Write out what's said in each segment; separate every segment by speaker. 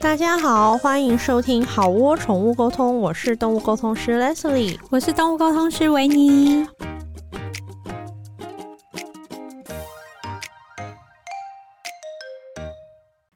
Speaker 1: 大家好，欢迎收听好窝宠物沟通，我是动物沟通师 Leslie。
Speaker 2: 我是动物沟通师维尼。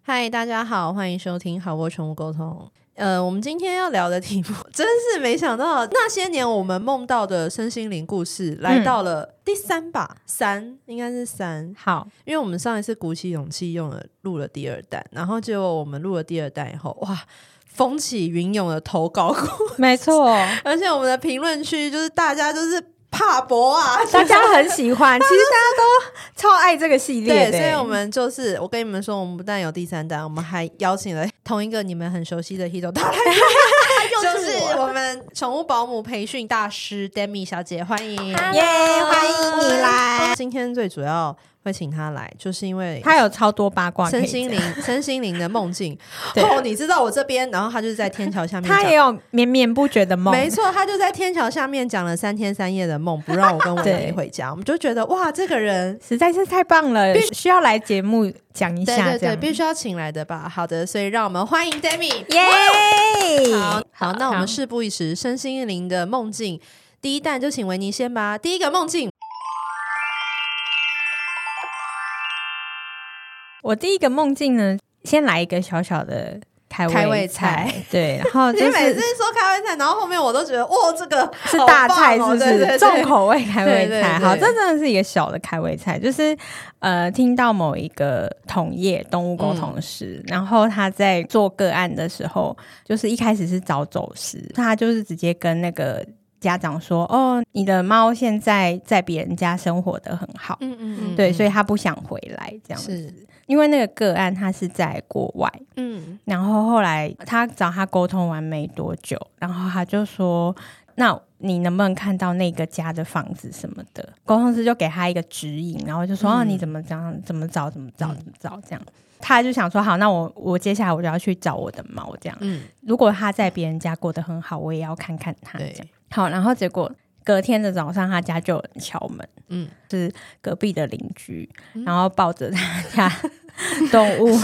Speaker 1: 嗨，大家好，欢迎收听好窝宠物沟通。呃，我们今天要聊的题目 真是没想到，那些年我们梦到的身心灵故事来到了第三吧，三应该是三，
Speaker 2: 好，
Speaker 1: 因为我们上一次鼓起勇气用了录了第二弹，然后结果我们录了第二弹以后，哇，风起云涌的投稿库，
Speaker 2: 没错，
Speaker 1: 而且我们的评论区就是大家就是怕博啊，
Speaker 2: 大家很喜 欢，其实大家都超爱这个系列
Speaker 1: 对，
Speaker 2: 的。
Speaker 1: 所以我们就是我跟你们说，我们不但有第三弹，我们还邀请了同一个你们很熟悉的 Hito 大来宾，就是我们宠物保姆培训大师 Demi 小姐，欢迎，
Speaker 2: 耶欢迎你来。
Speaker 1: 今天最主要会请她来，就是因为
Speaker 2: 他有超多八卦可以
Speaker 1: 身
Speaker 2: 讲，
Speaker 1: 心灵、 身心灵的梦境。
Speaker 2: 对
Speaker 1: 哦，你知道我这边，然后他就是在天桥下面讲，
Speaker 2: 他也有绵绵不绝的梦。
Speaker 1: 没错，他就在天桥下面讲了三天三夜的梦，不让我跟我
Speaker 2: 对
Speaker 1: 弟回 家。我们就觉得哇，这个人。
Speaker 2: 实在是太棒了，需要来节目讲一
Speaker 1: 对
Speaker 2: 下
Speaker 1: 对
Speaker 2: 这样
Speaker 1: 对，。必须要请来的吧？好的，所以让我们欢迎 Demi。
Speaker 2: 耶！
Speaker 1: 好好，那我
Speaker 2: 好
Speaker 1: 们事不宜迟，身心灵的梦境第一弹就请维尼先吧。第一个梦境，
Speaker 2: 我第一个梦境呢，先来一个小小的开
Speaker 1: 开胃
Speaker 2: 胃
Speaker 1: 菜，
Speaker 2: 对，然后
Speaker 1: 你
Speaker 2: 就
Speaker 1: 每
Speaker 2: 是
Speaker 1: 次说开胃菜，然后后面我都觉得哇，这个
Speaker 2: 是
Speaker 1: 好
Speaker 2: 大
Speaker 1: 棒
Speaker 2: 菜，是
Speaker 1: 哦
Speaker 2: 不
Speaker 1: 对对
Speaker 2: 是
Speaker 1: 对
Speaker 2: 重口味开胃
Speaker 1: 对对
Speaker 2: 菜？
Speaker 1: 对
Speaker 2: 好，这真的是一个小的开胃菜，就是呃，听到某一个同业动物沟通师，然后他在做个案的时候，就是一开始是找走失，他就是直接跟那个。家长说：“哦，你的猫现在在别人家生活的很好，
Speaker 1: 嗯嗯嗯，
Speaker 2: 对，所
Speaker 1: 以
Speaker 2: 以他不想回来这样子。
Speaker 1: 是
Speaker 2: 因为那个个案他是在国外，
Speaker 1: 嗯
Speaker 2: 然后后来他找他沟通完没多久，然后他就说：“那你能不能看到那个家的房子什么的？”沟通师就给他一个指引，然后就说：“
Speaker 1: 嗯
Speaker 2: 哦，你怎么这样？怎么找？怎么找？怎么找？”这样，他就想说：“好，那我我接下来我就要去找我的猫。”这样，
Speaker 1: 嗯，
Speaker 2: 如果他在别人家过得很好，我也要看看他。这
Speaker 1: 对
Speaker 2: 样，好，然后结果隔天的早上，他家就有人敲门，
Speaker 1: 嗯
Speaker 2: 嗯，是隔壁的邻居，然后抱着他家 动 物，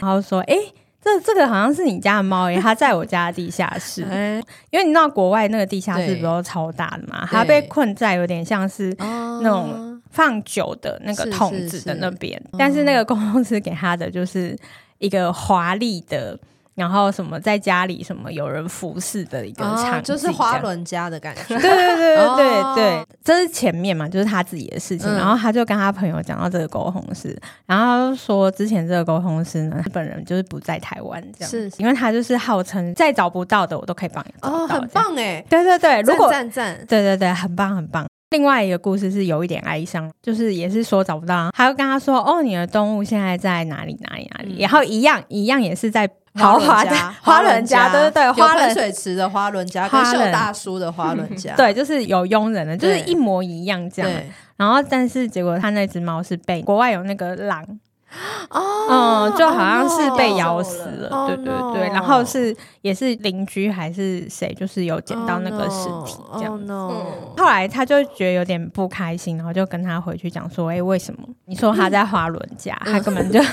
Speaker 2: 然后说：“哎、这这个好像是你家的猫耶，它在我家的地下室，
Speaker 1: 哎
Speaker 2: 因为你知道国外那个地下室
Speaker 1: 对
Speaker 2: 不是都超大的嘛，
Speaker 1: 对
Speaker 2: 它被困在有点像是
Speaker 1: 那
Speaker 2: 那种放酒的那个
Speaker 1: 是
Speaker 2: 桶
Speaker 1: 是
Speaker 2: 子
Speaker 1: 是嗯
Speaker 2: 的那边，但是那个公司给他的就是一个华丽的，然后什么在家里什么有人服侍的一个场景、
Speaker 1: 哦就是花。轮家的感
Speaker 2: 对
Speaker 1: 觉，
Speaker 2: 对对对
Speaker 1: 哦
Speaker 2: 对对，这是前面嘛，就是他自己的事情。
Speaker 1: 嗯
Speaker 2: 然后他就跟他朋友讲到这个沟通师，然后他就说之前这个沟通师呢，日本人就是不在台湾这样，
Speaker 1: 是是
Speaker 2: 因为他就是号称再找不到的我都可以帮你找
Speaker 1: 哦，
Speaker 2: 到，
Speaker 1: 很。棒哎，
Speaker 2: 对对对，如果
Speaker 1: 赞赞赞，
Speaker 2: 对对对，很棒很棒。另外一个故事是有一点哀伤，就是也是说找不到，还要跟他说哦，你的动物现在在哪里哪里哪里，
Speaker 1: 嗯
Speaker 2: 然后一样一样也是在豪华的
Speaker 1: 花
Speaker 2: 花
Speaker 1: 轮
Speaker 2: 轮
Speaker 1: 家，
Speaker 2: 家，对对对，
Speaker 1: 有
Speaker 2: 花
Speaker 1: 喷
Speaker 2: 轮
Speaker 1: 水池的花轮家跟
Speaker 2: 花
Speaker 1: 秀
Speaker 2: 轮
Speaker 1: 大叔的花轮家，
Speaker 2: 对，就是有佣人的，就是
Speaker 1: 对
Speaker 2: 一模一样这样。
Speaker 1: 对
Speaker 2: 然后但是结果他那只猫是被国外有那个狼，
Speaker 1: 哦
Speaker 2: 嗯，就好像是被咬
Speaker 3: 咬
Speaker 2: 死
Speaker 3: 走
Speaker 2: 了，对
Speaker 1: 了 Oh
Speaker 2: 对
Speaker 1: no
Speaker 2: 对。然后是也是邻居还是谁，就是有捡到那个尸体
Speaker 1: 哦
Speaker 2: 这样。
Speaker 1: 样
Speaker 3: 嗯
Speaker 2: 后来他就觉得有点不开心，然后就跟他回去讲说：“哎、为什么你说他在花轮家？他根本就……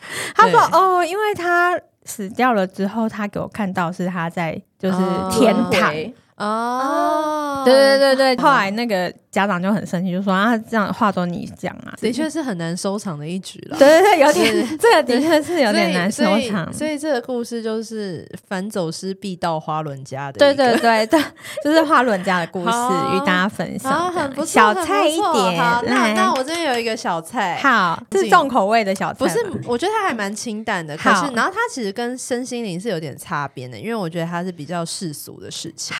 Speaker 2: 他说哦，因为他死掉了之后，他给我看到是他在就是
Speaker 1: 哦
Speaker 2: 天堂。
Speaker 3: 回
Speaker 1: 哦，
Speaker 2: 对对对对，后来那个家长就很生气，就说啊，这样话都你讲啊，
Speaker 1: 的确是很难收场的一局了。
Speaker 2: 对对对，有
Speaker 1: 是
Speaker 2: 点 这个的确是有点难收
Speaker 1: 所以所
Speaker 2: 场
Speaker 1: 以，所以这个故事就是反走失必到花轮家的，
Speaker 2: 对 对，对对，就是花轮家的故事
Speaker 1: 好
Speaker 2: 与大家分
Speaker 1: 好，
Speaker 2: 享，这
Speaker 1: 啊很
Speaker 2: 样
Speaker 1: 不错，
Speaker 2: 小
Speaker 1: 很不
Speaker 2: 菜一
Speaker 1: 错
Speaker 2: 碟，
Speaker 1: 好，那
Speaker 2: 来
Speaker 1: 那我这边有一个小菜，
Speaker 2: 好，是重口味的小菜
Speaker 1: 不
Speaker 2: 吗，
Speaker 1: 是，我觉得它还蛮清淡的。可
Speaker 2: 好
Speaker 1: 是，然后它其实跟身心灵是有点擦边的，因为我觉得它是比较世俗的事情。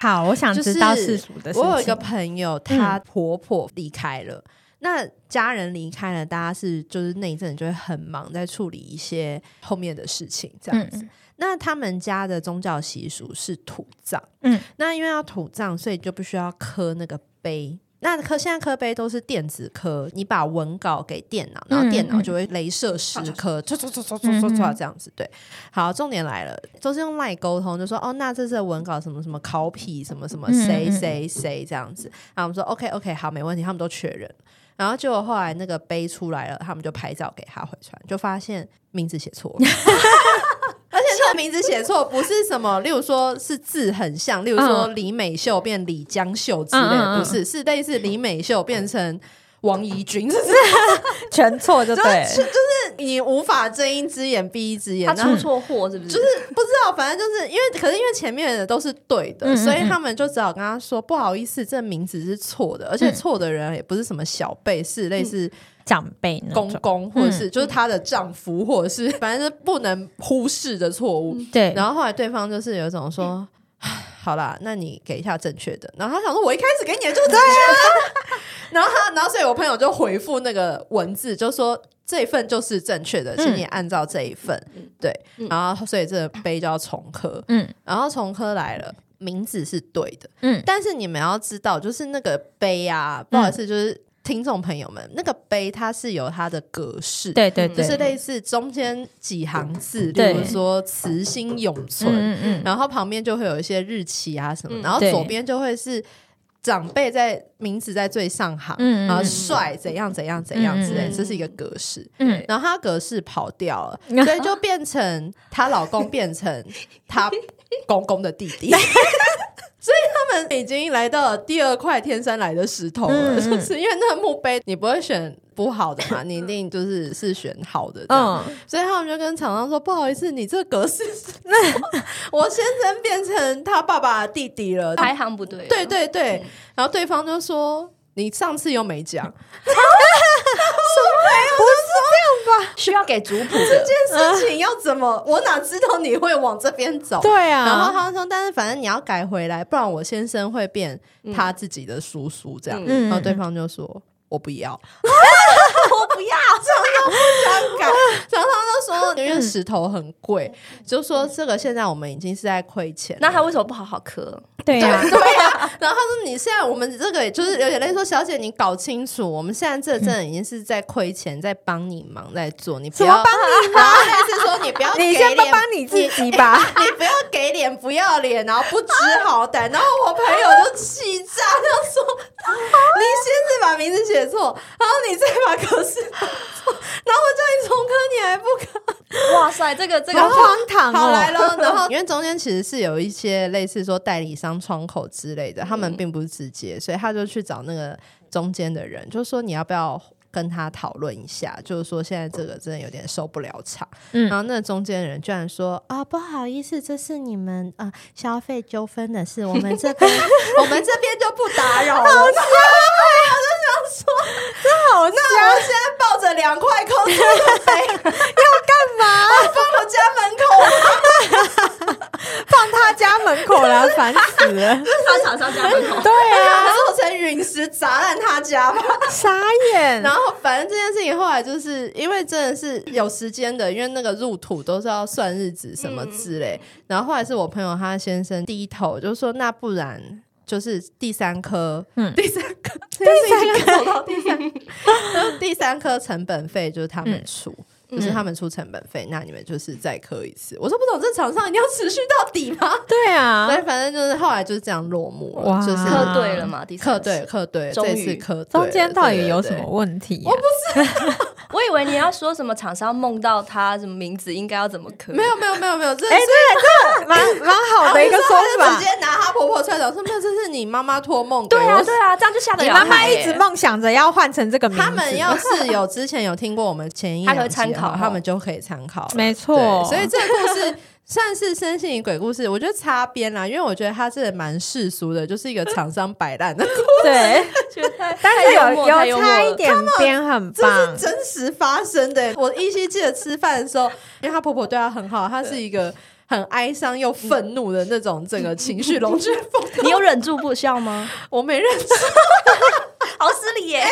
Speaker 2: 好，我想
Speaker 1: 就是
Speaker 2: 知道世俗的事情。
Speaker 1: 我有一个朋友，她婆婆离开了，那家人离开了，大家是就是那一阵子就会很忙，在处理一些后面的事情，这样子。
Speaker 2: 嗯
Speaker 1: 那他们家的宗教习俗是土葬，
Speaker 2: 嗯，
Speaker 1: 那因为要土葬，所以就必须要刻那个碑。那刻现在刻碑都是电子刻，你把文稿给电脑，然后电脑就会镭射石刻，唰唰唰唰唰唰唰这样子。对，好，重点来了，都是用赖沟通，就说哦，那这次的文稿什么什么考皮什么什么
Speaker 2: 嗯嗯
Speaker 1: 谁
Speaker 2: 嗯
Speaker 1: 谁谁这样子。然后我们说 OK OK 好，没问题，他们都确认。然后结果后来那个杯出来了，他们就拍照给他回传，就发现名字写错了。 而且那个名字写错，不是什么，例如说是字很像，例如说李美秀变李江秀之类
Speaker 2: 嗯嗯
Speaker 1: 的，
Speaker 2: 嗯
Speaker 1: 不是，是类似李美秀变成王怡君，就是
Speaker 2: 全错就 对了，
Speaker 1: 你无法睁一只眼闭一只眼，
Speaker 3: 他
Speaker 1: 然后
Speaker 3: 出错货是不是？
Speaker 1: 就是不知道，反正就是因为，可是因为前面的都是对的，
Speaker 2: 嗯嗯
Speaker 1: 所以他们就只好跟他说不好意思，这名字是错的，而
Speaker 2: 嗯
Speaker 1: 且错的人也不是什么小辈，是类似
Speaker 2: 长辈那
Speaker 1: 公
Speaker 2: 种，
Speaker 1: 公或者是就是她的丈夫，或者是反正是不能忽视的错误。
Speaker 2: 对，
Speaker 1: 然后后来对方就是有一种说。唉好啦，那你给一下正确的。然后他想说，我一开始给你的就是正确的。 然后他，然后所以我朋友就回复那个文字，就说这一份就是正确的，请你按照这一份。对，然后所以这个杯就要重刻。
Speaker 2: 嗯
Speaker 1: 然后重科来了，名字是对的，
Speaker 2: 嗯
Speaker 1: 但是你们要知道，就是那个杯啊，不好意思，就是听众朋友们，那个杯它是有它的格式，，
Speaker 2: 对对
Speaker 1: 嗯就
Speaker 2: 对，
Speaker 1: 是类似中间几行字，比
Speaker 2: 对
Speaker 1: 如说“慈心永存”，
Speaker 2: 嗯嗯
Speaker 1: 然后旁边就会有一些日期啊什么，
Speaker 3: 嗯
Speaker 1: 然后
Speaker 2: 对
Speaker 1: 左边就会是。长辈在名字在最上行，
Speaker 2: 嗯嗯
Speaker 1: 然后
Speaker 2: 嗯
Speaker 1: 帅怎样怎样怎样之类，
Speaker 3: 嗯嗯嗯
Speaker 1: 这是一个格式。
Speaker 2: 嗯
Speaker 1: 然后她格式跑掉了，所以就变成她老公变成她公公的弟弟，所 以他们已经来到了第二块天山来的石头了，
Speaker 2: 嗯嗯
Speaker 1: 就是因为那个墓碑你不会选不好的嘛，你一定就是是选好的这样，
Speaker 2: 嗯，
Speaker 1: 所以他们就跟厂商说不好意思，你这个格式是 我先生变成他爸爸的弟弟
Speaker 2: 呃
Speaker 1: 了，
Speaker 2: 哎
Speaker 3: 排行不对，
Speaker 1: 对，对对，然后对方就说。你上次又没讲，
Speaker 3: 需要给族谱 的，
Speaker 1: 这件事情要怎么？我哪知道你会往这边走？
Speaker 2: 对啊，
Speaker 1: 然后他说，但是反正你要改回来，不然我先生会变他自己的叔叔这样。
Speaker 2: 嗯
Speaker 1: 然后对方就说。我不要，
Speaker 3: 我不要，
Speaker 1: 想改， 然后他就说，因为石头很贵，就说这个现在我们已经是在亏钱了。
Speaker 3: 那他为什么不好好啊磕？
Speaker 2: 对啊呀，
Speaker 1: 对呀、然后他说你现在我们这个就是有点类似说，小姐你搞清楚，我们现在这真的已经是在亏钱，在帮你忙，在做，你不
Speaker 2: 怎么
Speaker 1: 要帮你 忙，类似说你不 要
Speaker 2: 你
Speaker 1: 给
Speaker 2: 先帮
Speaker 1: 脸
Speaker 2: 帮你自己吧，
Speaker 1: 你不要给脸不要脸，然后不知好歹，然后我朋友就气炸，就说你先是把名字写错，然后你再把格式打错， 然后我叫你重科，你还不 肯，
Speaker 3: 哇塞，这个这
Speaker 2: 好
Speaker 3: 个
Speaker 2: 荒唐
Speaker 1: 好来
Speaker 2: 哦，
Speaker 1: 咯，然后因为中间其实是有一些类似说代理商窗口之类的，他们并不是直接，所以他就去找那个中间的人，就说你要不要。跟他讨论一下，就是说现在这个真的有点收不了场。然
Speaker 2: 嗯，
Speaker 1: 后那中间的人居然说啊，不好意思，这是你们啊、呃消费纠纷的事，我们这边 我们这边就不打扰了。然后
Speaker 2: 好
Speaker 1: 我现在抱着两块空空的 杯，要干嘛？放我家门口，
Speaker 2: 放他家 门口了，烦死了，
Speaker 3: 他厂商家门口，
Speaker 2: 对啊，
Speaker 1: 做成陨石砸烂他家吧。
Speaker 2: 傻眼
Speaker 1: 然，后反正这件事情后来就是因为真的是有时间的，因为那个入土都是要算日子什么之类。然后后来是我朋友他先生低头就说：“那不然就是第三颗，
Speaker 2: 嗯
Speaker 1: 第三颗，第三颗走 到第三，然后第三颗成本费就是他们出。就是他们出成本费，那你们就是再磕一次。我说不懂，这厂商一定要持续到底吗？
Speaker 2: 对啊
Speaker 1: 所，以反正就是后来就是这样落幕了。
Speaker 2: 哇
Speaker 1: 就是
Speaker 3: 磕对了嘛？第三
Speaker 1: 磕
Speaker 3: 次
Speaker 1: 对，磕对，
Speaker 3: 终
Speaker 1: 这次
Speaker 3: 于
Speaker 1: 磕对了。
Speaker 2: 中间到底有
Speaker 1: 对
Speaker 2: 什么？问题啊？
Speaker 3: 我以为你要说什么厂商梦到他什么名字应该要怎么磕，
Speaker 1: 对对对没有没有没有没有，这啊
Speaker 2: 哎，这个这个蛮蛮好的一个说
Speaker 1: 他就
Speaker 2: 法
Speaker 1: 直。接拿她婆婆出来讲说，没有，这是你妈妈托梦给
Speaker 3: 对
Speaker 1: 我。
Speaker 3: 啊对啊，这样就吓得
Speaker 2: 你
Speaker 3: 了
Speaker 2: 妈
Speaker 3: 他
Speaker 2: 妈
Speaker 3: 耶
Speaker 2: 一直梦想着要换成这个名字，
Speaker 1: 他们要是有之前有听过我们前一
Speaker 3: 他可以
Speaker 1: 两集
Speaker 3: 参
Speaker 1: 的话
Speaker 3: 考
Speaker 1: 他们就可以参考了。
Speaker 2: 没错
Speaker 1: 对所以这个故事 算是身心灵鬼故事，我觉得擦边啦，因为我觉得它是蛮世俗的，就是一个厂商摆烂的故事，
Speaker 2: 对，
Speaker 3: 觉得太
Speaker 2: 但
Speaker 3: 太
Speaker 2: 是
Speaker 3: 幽默
Speaker 2: 有
Speaker 3: 太
Speaker 2: 有
Speaker 3: 幽
Speaker 2: 差
Speaker 3: 默
Speaker 2: 一
Speaker 3: 了
Speaker 2: 点边，很
Speaker 1: 这是
Speaker 2: 棒。
Speaker 1: 真实发生的。 我依稀记得吃饭的时候，因为她婆婆对她很好，她是一个很哀伤又愤怒的那种整个情绪龙卷风，
Speaker 3: 你有忍住不笑吗？
Speaker 1: 我没认识。
Speaker 3: 好失礼耶！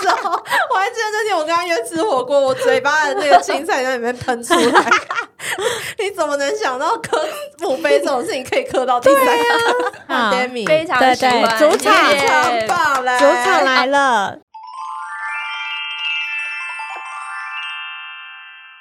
Speaker 1: 时候，我还记得那天我跟他约吃火锅，我嘴巴的那个青菜在里面喷出来。你怎么能想到磕墓碑这种事情可以磕到第三个？
Speaker 2: 好
Speaker 1: d a m i
Speaker 3: 非常
Speaker 2: 对
Speaker 3: 喜欢
Speaker 2: 对主场
Speaker 3: 耶
Speaker 1: 很棒嘞，
Speaker 2: 主场来了，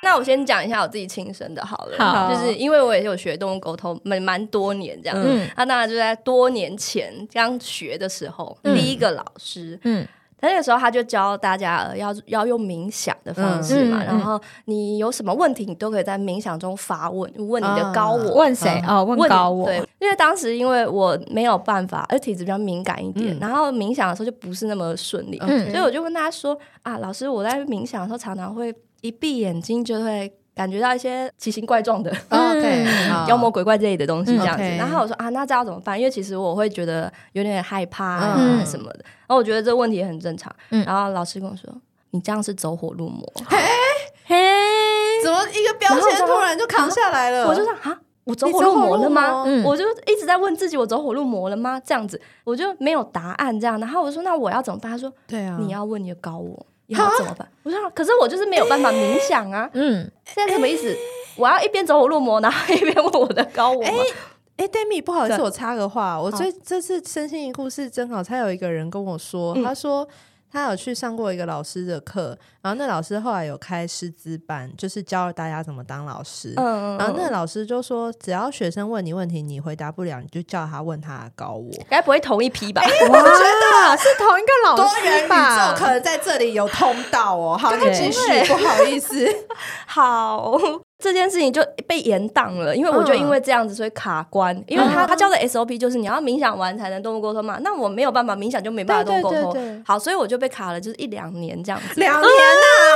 Speaker 3: 那我先讲一下我自己亲身的好了，
Speaker 2: 好
Speaker 3: 就是因为我也有学动物沟通，蛮蛮多年这样。
Speaker 2: 嗯
Speaker 3: 嗯，那当然就在多年前刚学的时候，
Speaker 2: 嗯
Speaker 3: 第一个老师
Speaker 2: 嗯，
Speaker 3: 那那个时候他就教大家呃要要用冥想的方式嘛，
Speaker 2: 嗯嗯
Speaker 3: 然后你有什么问题，你都可以在冥想中发问，问你的高我。
Speaker 2: 啊
Speaker 3: 嗯
Speaker 2: 问谁？哦，问高我。
Speaker 3: 对，因为当时因为我没有办法，而体质比较敏感一点，
Speaker 1: 嗯
Speaker 3: 然后冥想的时候就不是那么顺利，
Speaker 1: 嗯
Speaker 3: 所以我就跟他说啊，老师，我在冥想的时候常常会一闭眼睛就会感觉到一些奇形怪状的
Speaker 1: OK，好
Speaker 3: 妖魔鬼怪之类的东西这样子。
Speaker 1: 啊 OK
Speaker 3: 然后我说啊，那这要怎么办？因为其实我会觉得有点害怕啊
Speaker 1: 嗯
Speaker 3: 什么的，然后我觉得这问题也很正常。
Speaker 2: 嗯
Speaker 3: 然后老师跟我说。你这样是走火入魔，
Speaker 2: 嘿，
Speaker 1: 怎么一个标签突然就扛下来了？
Speaker 3: 我就说啊，我走火入魔了
Speaker 1: 嗯你走
Speaker 3: 吗
Speaker 1: 火入魔？
Speaker 2: 嗯
Speaker 3: 我就一直在问自己，我走火入魔了吗？这样子，我就没有答案这样。然后我说那我要怎么办？他说
Speaker 1: 对啊，
Speaker 3: 你要问你的高我，你要怎么办？我说啊可是我就是没有办法冥想啊，
Speaker 2: 嗯，
Speaker 3: 现在什么意思？我要一边走火入魔，然后一边问我的高我吗？
Speaker 1: 哎、d a m i 不好意思，
Speaker 3: 对
Speaker 1: 我插个话，我最这次身心灵故事真好，才有一个人跟我说，
Speaker 3: 嗯
Speaker 1: 他说。他有去上过一个老师的课，然后那老师后来有开师资班，就是教大家怎么当老师。
Speaker 3: 嗯，
Speaker 1: 然后那老师就说，只要学生问你问题，你回答不了，你就叫他问他的高我。
Speaker 3: 该不会同一批吧？
Speaker 1: 哎
Speaker 2: 我觉得是同一个老
Speaker 1: 多元
Speaker 2: 师
Speaker 1: 宇
Speaker 2: 吧
Speaker 1: 宙？可能在这里有通道哦。好，你
Speaker 2: 对
Speaker 1: 继续，不好意思。
Speaker 3: 好， 这件事情就被延档了，因为我就因为这样子，所以卡关。因为他他教的 SOP 就是你要冥想完才能动物沟通嘛，那我没有办法冥想就没办法动物沟
Speaker 1: 对对对
Speaker 3: 通
Speaker 1: 对。
Speaker 3: 好，所以我就被卡了，就是一 两年啊这样子。
Speaker 1: 两 年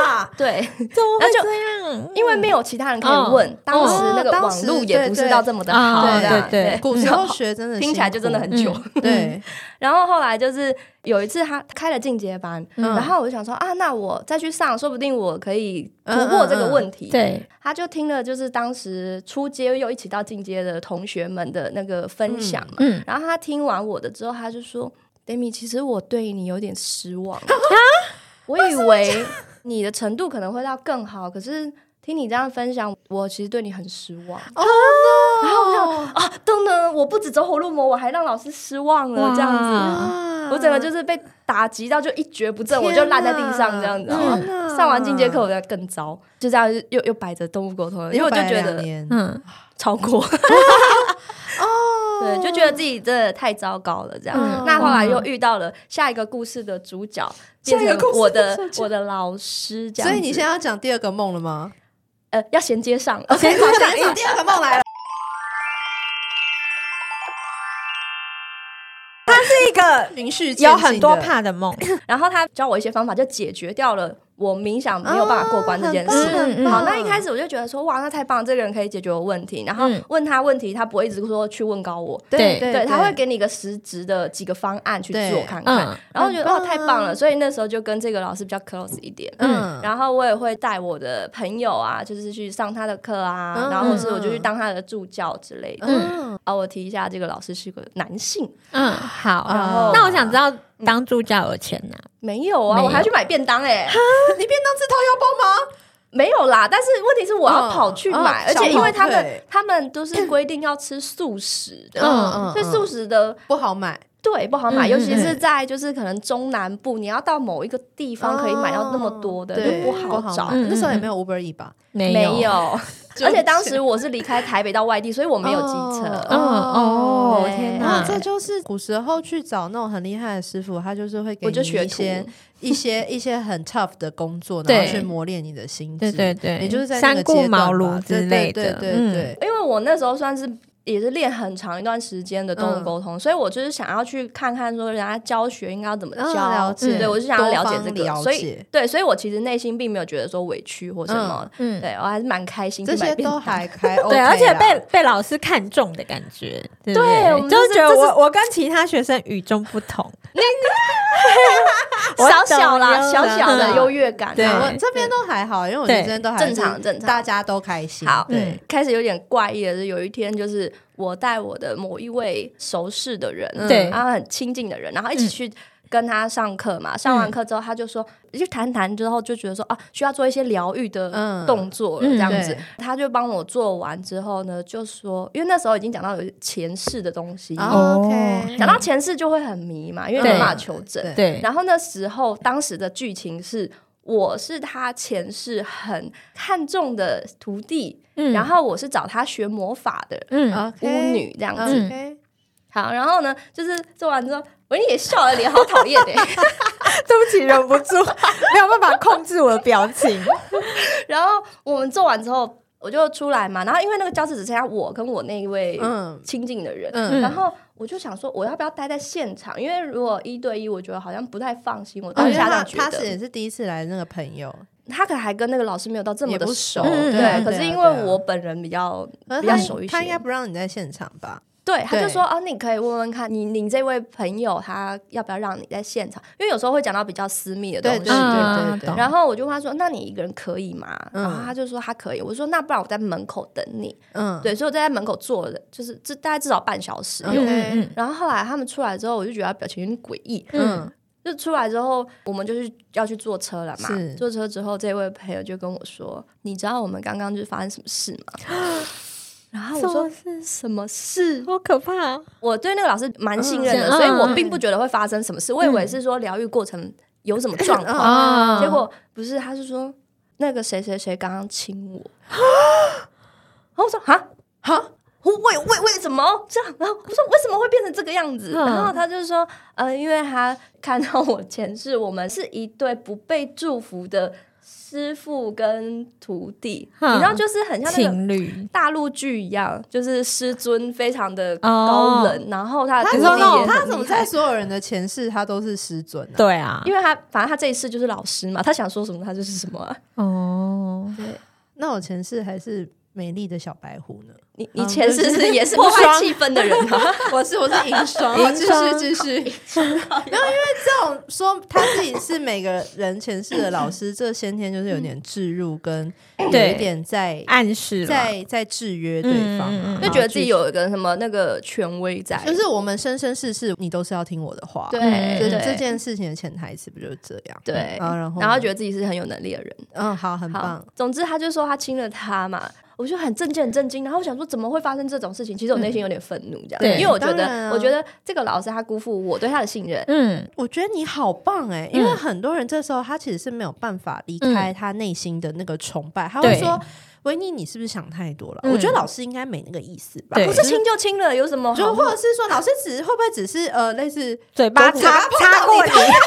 Speaker 1: 啊呐、
Speaker 3: 对，
Speaker 2: 怎么
Speaker 3: 那就
Speaker 2: 这样？
Speaker 3: 因为没有其他人可以问，
Speaker 2: 嗯
Speaker 3: 当时那个
Speaker 1: 哦当
Speaker 3: 网
Speaker 1: 时
Speaker 3: 络也不是到这么的好，
Speaker 2: 对对
Speaker 3: 这样
Speaker 2: 对对
Speaker 1: 古时候学真的
Speaker 3: 听起来就真的很
Speaker 1: 辛
Speaker 3: 久。
Speaker 1: 苦对，
Speaker 3: 嗯然后后来就是有一次他开了进阶班，
Speaker 1: 嗯
Speaker 3: 然后我就想说啊，那我再去上，说不定我可以突破这个问题。
Speaker 2: 对，
Speaker 3: 他就听了就是当时初阶又一起到进阶的同学们的那个分享嘛，
Speaker 2: 嗯，
Speaker 3: 然后他听完我的之后，他就说：“Demi，其实我对你有点失 望，我以为你的程度可能会到更好，可是听你这样分享，我其实对你很失望。”
Speaker 1: 哦、no！
Speaker 3: 然后我想啊，等等，我不止走火入魔，我还让老师失望了，这样子。
Speaker 1: 啊
Speaker 3: 我整个就是被打击到，就一蹶不振，
Speaker 1: 天
Speaker 3: 我就烂在地上这样子。
Speaker 1: 哪
Speaker 3: 然后
Speaker 1: 天哪
Speaker 3: 上完进阶课，我再更糟，就这样又又摆着动物沟通了，因为我就觉
Speaker 1: 100两
Speaker 3: 得
Speaker 1: 年
Speaker 2: 嗯，
Speaker 3: 超过，
Speaker 1: 哦，
Speaker 3: 对，就觉得自己真的太糟糕了这样。
Speaker 1: 嗯
Speaker 3: 那后来又遇到了下一个故事的主角，变
Speaker 1: 下一个故
Speaker 3: 成
Speaker 1: 事
Speaker 3: 我
Speaker 1: 的
Speaker 3: 的
Speaker 1: 主角
Speaker 3: 我的老师这样
Speaker 1: 所
Speaker 3: 子。
Speaker 1: 以你现在要讲第二个梦了吗？
Speaker 3: 呃要衔接上 了，
Speaker 1: 先讲第二个梦来了，
Speaker 2: 这个
Speaker 1: 情绪
Speaker 2: 有很多怕的梦，
Speaker 3: 然后他教我一些方法，就解决掉了我冥想没有办法过关这件事。
Speaker 2: 哦嗯嗯
Speaker 3: 好，那一开
Speaker 1: 始
Speaker 3: 始我就觉得说，哇，那太棒了，这个人可以解决我问题。然后
Speaker 2: 嗯
Speaker 3: 问他问题，他不会一直说去问高我，
Speaker 1: 对
Speaker 2: 对
Speaker 3: 对，他会给你一个实质的几个方案去
Speaker 1: 对
Speaker 3: 做看看。
Speaker 2: 嗯
Speaker 3: 然后我觉
Speaker 1: 很
Speaker 3: 得哇，
Speaker 1: 棒啊
Speaker 3: 太棒了，所以那时候就跟这个老师比较 close 一点。
Speaker 1: 嗯，
Speaker 3: 然后我也会带我的朋友啊，就是去上他的课啊，
Speaker 1: 嗯
Speaker 3: 然后或是我就去当他的助教之类的。
Speaker 1: 嗯
Speaker 3: 啊，我提一下，这个老师是个男性，
Speaker 2: 嗯，好。
Speaker 3: 然后
Speaker 2: 那我想知道当助教有钱拿？
Speaker 3: 没有啊，
Speaker 2: 没有
Speaker 3: 我还要去买便当哎、
Speaker 1: 你便当自掏腰包吗？
Speaker 3: 没有啦，但是问题是我要跑去买，
Speaker 1: 嗯
Speaker 3: 而且因为他
Speaker 1: 小跑
Speaker 3: 们
Speaker 1: 腿
Speaker 3: 他们都是规定要吃素食的，
Speaker 2: 嗯
Speaker 3: 所以素食的
Speaker 1: 不好买，
Speaker 3: 对不好买，
Speaker 2: 嗯
Speaker 3: 尤其是
Speaker 1: 嗯
Speaker 3: 在就是可能中南部，你要到某一个地方可以买到那么多的，就不
Speaker 1: 哦好
Speaker 3: 好找。
Speaker 1: 买那时候也没有 Uber E 吧？
Speaker 2: 没
Speaker 3: 没有，
Speaker 1: 就
Speaker 3: 而且当时我是离开台北到外地，所以我没有机
Speaker 1: 哦
Speaker 3: 车。
Speaker 2: 嗯哦，
Speaker 3: 对
Speaker 2: 天
Speaker 1: 然
Speaker 2: 哪！
Speaker 1: 后这就是古时候去找那种很厉害的师傅，他就是会给
Speaker 3: 我
Speaker 1: 你
Speaker 3: 就学
Speaker 1: 一
Speaker 3: 徒
Speaker 1: 些一些一些很 tough 的工作，然
Speaker 2: 对
Speaker 1: 后去磨练你的心智。
Speaker 2: 对对对，
Speaker 1: 你就是在那
Speaker 2: 三
Speaker 1: 个
Speaker 2: 顾
Speaker 1: 阶段
Speaker 2: 茅
Speaker 1: 吧
Speaker 2: 庐
Speaker 1: 对
Speaker 2: 之类的，
Speaker 1: 对
Speaker 2: 嗯
Speaker 1: 对对
Speaker 3: 因为我那时候算是也是练很长一段时间的
Speaker 1: 嗯
Speaker 3: 动物沟通，所以我就是想要去看看说人家教学应该要怎么
Speaker 1: 嗯
Speaker 3: 教，
Speaker 1: 了解
Speaker 3: 对我就想要了解这
Speaker 1: 多
Speaker 3: 个，
Speaker 1: 方了
Speaker 3: 所以
Speaker 1: 解
Speaker 3: 对，所以我其实内心并没有觉得说委屈或什么，
Speaker 2: 嗯
Speaker 3: 对我还是蛮开心去
Speaker 1: 这
Speaker 3: 买
Speaker 1: 些
Speaker 3: 便当。
Speaker 1: 都还还 OK
Speaker 2: 对，而且
Speaker 1: 啦
Speaker 2: 被被老师看中的感觉，对不
Speaker 3: 对我们
Speaker 2: 就
Speaker 3: 就是是
Speaker 2: 觉得
Speaker 3: 这是
Speaker 2: 我我跟其他学生与众不 同，我
Speaker 3: 小
Speaker 2: 懂
Speaker 3: 小啦，
Speaker 2: 了
Speaker 3: 小小的
Speaker 2: 嗯
Speaker 3: 优越感啊，
Speaker 2: 对
Speaker 1: 我这边都还好，因为我觉得
Speaker 2: 对
Speaker 1: 这边都还是
Speaker 3: 正常正常
Speaker 1: 大家都开心。
Speaker 3: 好
Speaker 1: 对，
Speaker 3: 开始有点怪异的是，有一天就是我带我的某一位熟识的人，
Speaker 2: 对
Speaker 3: 然后很亲近的人，然后一起去。跟他上课嘛，嗯上完课之后，他就说，就谈谈之后就觉得说啊，需要做一些疗愈的
Speaker 1: 嗯
Speaker 3: 动作了，
Speaker 2: 嗯
Speaker 3: 这样子
Speaker 1: 对，
Speaker 3: 他就帮我做完之后呢，就说，因为那时候已经讲到有前世的东西，
Speaker 1: 啊
Speaker 2: 哦
Speaker 1: OK
Speaker 3: 讲到前世就会很迷嘛，因为没
Speaker 2: 对
Speaker 3: 办法求证。
Speaker 1: 对
Speaker 2: 对，
Speaker 3: 然后那时候当时的剧情是，我是他前世很看重的徒弟，
Speaker 2: 嗯
Speaker 3: 然后我是找他学魔法的
Speaker 2: 嗯，
Speaker 1: ，OK，
Speaker 3: 巫女这样子。
Speaker 2: 嗯
Speaker 1: ，OK，
Speaker 3: 好，然后呢，就是做完之后，维尼也笑了脸，好讨厌 哎、
Speaker 2: 对不起，忍不住没有办法控制我的表情。
Speaker 3: 然后我们做完之后，我就出来嘛，然后因为那个教室只剩下我跟我那一位
Speaker 1: 嗯
Speaker 3: 亲近的人，
Speaker 1: 嗯
Speaker 3: 然后我就想说，我要不要待在现场？因为如果一对一，我觉得好像不太放心。我
Speaker 1: 哦
Speaker 3: 当
Speaker 1: 因为
Speaker 2: 嗯
Speaker 3: 下这
Speaker 1: 他
Speaker 3: 样觉
Speaker 1: 他
Speaker 3: 得
Speaker 1: 是，也是第一次来的那个朋友，
Speaker 3: 他可能还跟那个老师没有到这么
Speaker 1: 也
Speaker 3: 的
Speaker 1: 不
Speaker 3: 熟，
Speaker 1: 熟
Speaker 2: 对啊
Speaker 3: 对。可
Speaker 1: 对啊
Speaker 3: 是因
Speaker 1: 对啊
Speaker 3: 为我本人比较
Speaker 1: 可是
Speaker 3: 比较
Speaker 1: 他
Speaker 3: 熟一
Speaker 1: 他应该
Speaker 3: 些，
Speaker 1: 不让你在现场吧？
Speaker 3: 对，他就
Speaker 1: 对
Speaker 3: 说啊，你可以问问看你你这位朋友他要不要让你在现场，因为有时候会讲到比较私密的东
Speaker 1: 对
Speaker 3: 西，
Speaker 1: 对
Speaker 2: 嗯
Speaker 1: 对对对，
Speaker 2: 懂
Speaker 3: 然后我就问他说：“那你一个人可以吗？”
Speaker 1: 嗯
Speaker 3: 然后他就说他可以。我说：“那不然我在门口等你。
Speaker 1: 嗯，
Speaker 3: 对，所以我在门口坐了，就是这大概至少半小时有。
Speaker 1: 嗯
Speaker 3: 然后后来他们出来之后，我就觉得他表情有点诡异。
Speaker 1: 嗯
Speaker 3: 就出来之后，我们就是要去坐车了嘛
Speaker 1: 是。
Speaker 3: 坐车之后，这位朋友就跟我说：“你知道我们刚刚就是发生什么事吗？” 然后我说：“
Speaker 2: 是
Speaker 3: 什么事？”
Speaker 2: 好可怕，啊
Speaker 3: 我对那个老师蛮信任的，
Speaker 2: 嗯
Speaker 3: 所以我并不觉得会发生什么事。我以为是说疗愈过程有什么状况。
Speaker 2: 啊
Speaker 3: 结果不是，他是说那个谁谁谁刚刚亲我， 然后我说哈哈。我为为为什么这样？然后我说为什么会变成这个样子？
Speaker 2: 嗯
Speaker 3: 然后他就说，呃，因为他看到我前世，我们是一对不被祝福的师傅跟徒弟，
Speaker 2: 嗯
Speaker 3: 你知道，就是很像那个
Speaker 2: 情侣
Speaker 3: 大陆剧一样，就是师尊非常的
Speaker 2: 哦
Speaker 3: 高冷，然后他的
Speaker 1: 他
Speaker 3: 徒
Speaker 1: 怎
Speaker 3: 弟
Speaker 1: 么
Speaker 3: 也
Speaker 1: 他
Speaker 3: 很
Speaker 1: 怎么
Speaker 3: 厉
Speaker 1: 在
Speaker 3: 害。
Speaker 1: 所有人的前世他都是师尊啊？
Speaker 2: 对啊，
Speaker 3: 因为他反正他这一世就是老师嘛，他想说什么他就是什么啊、
Speaker 2: 哦，
Speaker 1: 那我前世还是美丽的小白狐呢？
Speaker 3: 你你
Speaker 1: 嗯
Speaker 3: 前世
Speaker 1: 就是
Speaker 3: 是也是破坏气氛的人吗？
Speaker 1: 我是我是银霜，
Speaker 2: 银
Speaker 1: 继
Speaker 2: 霜
Speaker 1: 续继续。没有，因为这种说他自己是每个人前世的老师，这先天就是有点置入跟有
Speaker 2: 对
Speaker 1: 一点在
Speaker 2: 暗示啦
Speaker 1: 在在制约对方
Speaker 2: 嗯嗯
Speaker 1: 啊
Speaker 2: 嗯，
Speaker 3: 就觉得自己
Speaker 1: 有。
Speaker 3: 有一个什么那个权威在，
Speaker 1: 就是我们生生世世，你都是要听我的话。
Speaker 3: 对
Speaker 2: 嗯
Speaker 1: 这
Speaker 3: 对
Speaker 1: 这件事情的潜台词不就是这样？
Speaker 3: 对
Speaker 1: 啊，然后
Speaker 3: 然后觉
Speaker 1: 得
Speaker 3: 得自己是很有能力的人。
Speaker 1: 嗯，好，很
Speaker 3: 好
Speaker 1: 棒。，
Speaker 3: 总之他就说他亲了他嘛，我就很震惊很震惊，然后我想说怎么会发生这种事情？其实我内心有点愤怒这样，
Speaker 2: 对
Speaker 3: 因为我觉
Speaker 1: 当
Speaker 3: 得、
Speaker 1: 然啊
Speaker 3: 我觉得这个老师他辜负我对他的信任，
Speaker 2: 嗯
Speaker 1: 我觉得你好棒哎、因为很多人这时候他其实是没有办法离开他内心的那个崇拜，他
Speaker 2: 嗯
Speaker 1: 会
Speaker 2: 对
Speaker 1: 说：“维尼，你是不是想太多了？”
Speaker 2: 嗯
Speaker 1: 我觉得老师应该没那个意思吧？
Speaker 2: 对
Speaker 1: 或
Speaker 3: 不
Speaker 1: 者
Speaker 3: 是亲就亲了，有什么好
Speaker 1: 就或者是说，老师只是会不会只是呃类似，因为
Speaker 2: 嘴巴
Speaker 1: 狗骨
Speaker 2: 擦
Speaker 1: 头
Speaker 2: 擦过你，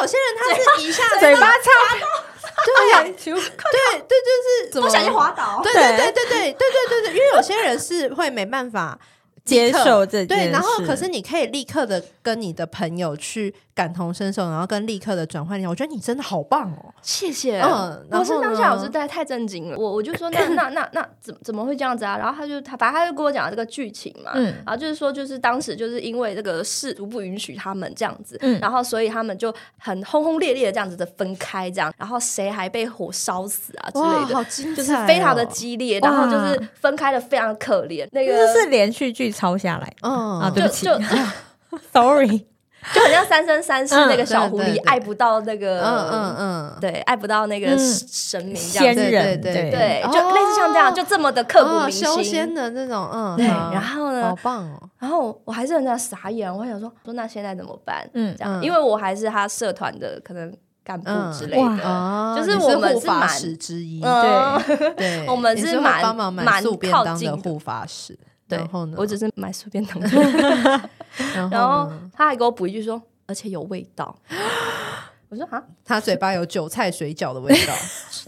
Speaker 1: 有些
Speaker 3: 啊
Speaker 1: 人他是一下子
Speaker 2: 嘴巴啊擦
Speaker 1: 对对对，就是怎
Speaker 3: 不小心滑倒？
Speaker 1: 对对对对对对对对对，因为有些人是会没办法
Speaker 2: 接受这件事，
Speaker 1: 对，然后可是你可以立刻的跟你的朋友去感同身受，然后跟立刻的转换力。我觉得你真的好棒哦！
Speaker 3: 谢谢。
Speaker 1: 嗯然
Speaker 3: 我是
Speaker 1: 后
Speaker 3: 当
Speaker 1: 呢
Speaker 3: 下我是在太震惊了，我我就说那那那那怎么怎么会这样子啊？然后他就他反正他就跟我讲这个剧情嘛，
Speaker 2: 嗯
Speaker 3: 然后就是说就是当时就是因为这个氏族不允许他们这样子，
Speaker 2: 嗯
Speaker 3: 然后所以他们就很轰轰烈烈的这样子的分开，这样，然后谁还被火烧死啊之类的。
Speaker 1: 精哦
Speaker 3: 就是非常的激烈，然后就是分开的非常可怜，那个
Speaker 2: 这是连续剧抄下来的
Speaker 1: 嗯
Speaker 2: 啊，对
Speaker 3: 就
Speaker 2: 不起
Speaker 3: 就
Speaker 2: ，sorry，
Speaker 3: 就很像《三生三世
Speaker 2: 嗯》
Speaker 3: 那个小狐
Speaker 1: 对
Speaker 3: 狸
Speaker 1: 对对
Speaker 3: 爱不到那
Speaker 1: 嗯
Speaker 3: 个，
Speaker 1: 嗯嗯，
Speaker 3: 对，爱不到那个
Speaker 2: 嗯
Speaker 3: 神明这样
Speaker 2: 仙
Speaker 3: 子，
Speaker 1: 对
Speaker 2: 人
Speaker 1: 对
Speaker 2: 对
Speaker 3: 对，就类似像这样，就这么的刻骨
Speaker 1: 哦
Speaker 3: 铭
Speaker 1: 修仙
Speaker 3: 心。
Speaker 1: 的那种，嗯，
Speaker 3: 对，
Speaker 1: 好
Speaker 3: 然后
Speaker 1: 好
Speaker 3: 呢，
Speaker 1: 棒哦，
Speaker 3: 然后我还是很这样傻眼，我还想说，说那现在怎么办？
Speaker 2: 嗯
Speaker 3: 这样，
Speaker 1: 嗯
Speaker 3: 因为我还是他社团的可能干部
Speaker 1: 嗯
Speaker 3: 之类
Speaker 2: 哇
Speaker 3: 的，
Speaker 1: 哦
Speaker 3: 就是
Speaker 1: 你
Speaker 3: 我们
Speaker 1: 护
Speaker 3: 是
Speaker 1: 法
Speaker 3: 蛮
Speaker 1: 师之一，
Speaker 3: 嗯，
Speaker 1: 对，
Speaker 3: 我们
Speaker 1: 你
Speaker 3: 是
Speaker 1: 会
Speaker 3: 蛮
Speaker 1: 帮忙买
Speaker 3: 蛮
Speaker 1: 素便
Speaker 3: 靠
Speaker 1: 当
Speaker 3: 近
Speaker 1: 的
Speaker 3: 的
Speaker 1: 护法师，
Speaker 3: 对
Speaker 1: 然后呢，
Speaker 3: 我只是买随便 东西，
Speaker 1: 然
Speaker 3: 然后
Speaker 1: 呢
Speaker 3: 他还给我补一句说，而且有味 道。我说啊，
Speaker 1: 他嘴巴有韭菜水饺的味 道，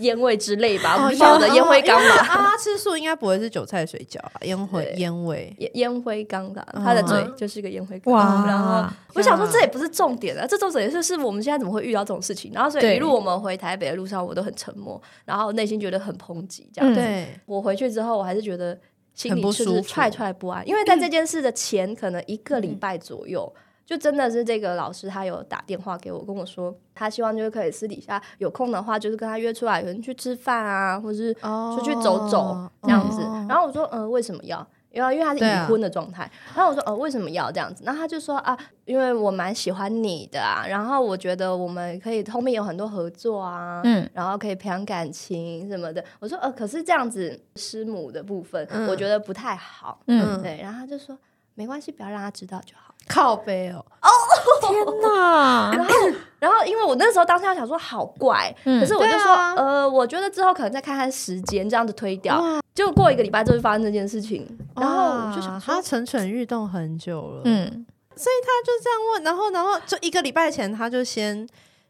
Speaker 3: 烟味之类吧，
Speaker 1: 哦
Speaker 3: 我不晓得
Speaker 1: 有
Speaker 3: 烟灰缸
Speaker 1: 因为
Speaker 3: 吧，
Speaker 1: 啊，吃素应该不会是韭菜水饺啊，烟灰
Speaker 3: 对
Speaker 1: 烟味。
Speaker 3: 烟烟灰缸吧，他的嘴
Speaker 1: 嗯
Speaker 3: 就是个烟灰缸。
Speaker 2: 哇，
Speaker 3: 嗯然后我想说，这也不是重点啊，这重点就是我们现在怎么会遇到这种事情？然后所
Speaker 2: 对
Speaker 3: 以一路我们回台北的路上，我都很沉默，然后内心觉得很抨击。这样，
Speaker 2: 嗯
Speaker 1: 对，
Speaker 3: 我回去之后，我还是觉得心
Speaker 1: 很
Speaker 3: 里
Speaker 1: 不
Speaker 3: 就
Speaker 1: 舒服嗯
Speaker 3: 是踹踹不安，因为在这件事的前可能一个礼拜左右。就真的是这个老师，他有打电话给我，跟我说他希望就是可以私底下有空的话，就是跟他约出来，有人去吃饭啊，或是
Speaker 1: 哦
Speaker 3: 出去走走这样子。
Speaker 1: 哦
Speaker 3: 然后我说，嗯、为什么要？因为因为他是
Speaker 1: 对啊
Speaker 3: 已婚的状态。然后我说，哦、为什么要这样子？然后他就说啊，因为我蛮喜欢你的啊，然后我觉得我们可以后面有很多合作啊，
Speaker 2: 嗯
Speaker 3: 然后可以培养感情什么的。我说，呃，可是这样子师母的部分，
Speaker 1: 嗯
Speaker 3: 我觉得不太好。
Speaker 2: 嗯，
Speaker 3: 对，然后他就说没关系，不要让他知道就好。
Speaker 1: 靠背哦，
Speaker 2: 天哪，
Speaker 3: 然后，然后因为我那时候当下想说好怪，
Speaker 2: 嗯
Speaker 3: 可是我就
Speaker 1: 对
Speaker 3: 说，
Speaker 1: 啊
Speaker 3: 呃，我觉得之后可能再看看时间，这样子推掉
Speaker 1: 哇。
Speaker 3: 结果
Speaker 1: 啊
Speaker 3: 过一个礼拜就会发生这件事情，然后我就想
Speaker 1: 哇
Speaker 3: 说
Speaker 1: 他。蠢蠢欲动很久了。
Speaker 2: 嗯，
Speaker 1: 所以他就这样问，然后然后就一个礼拜前他就先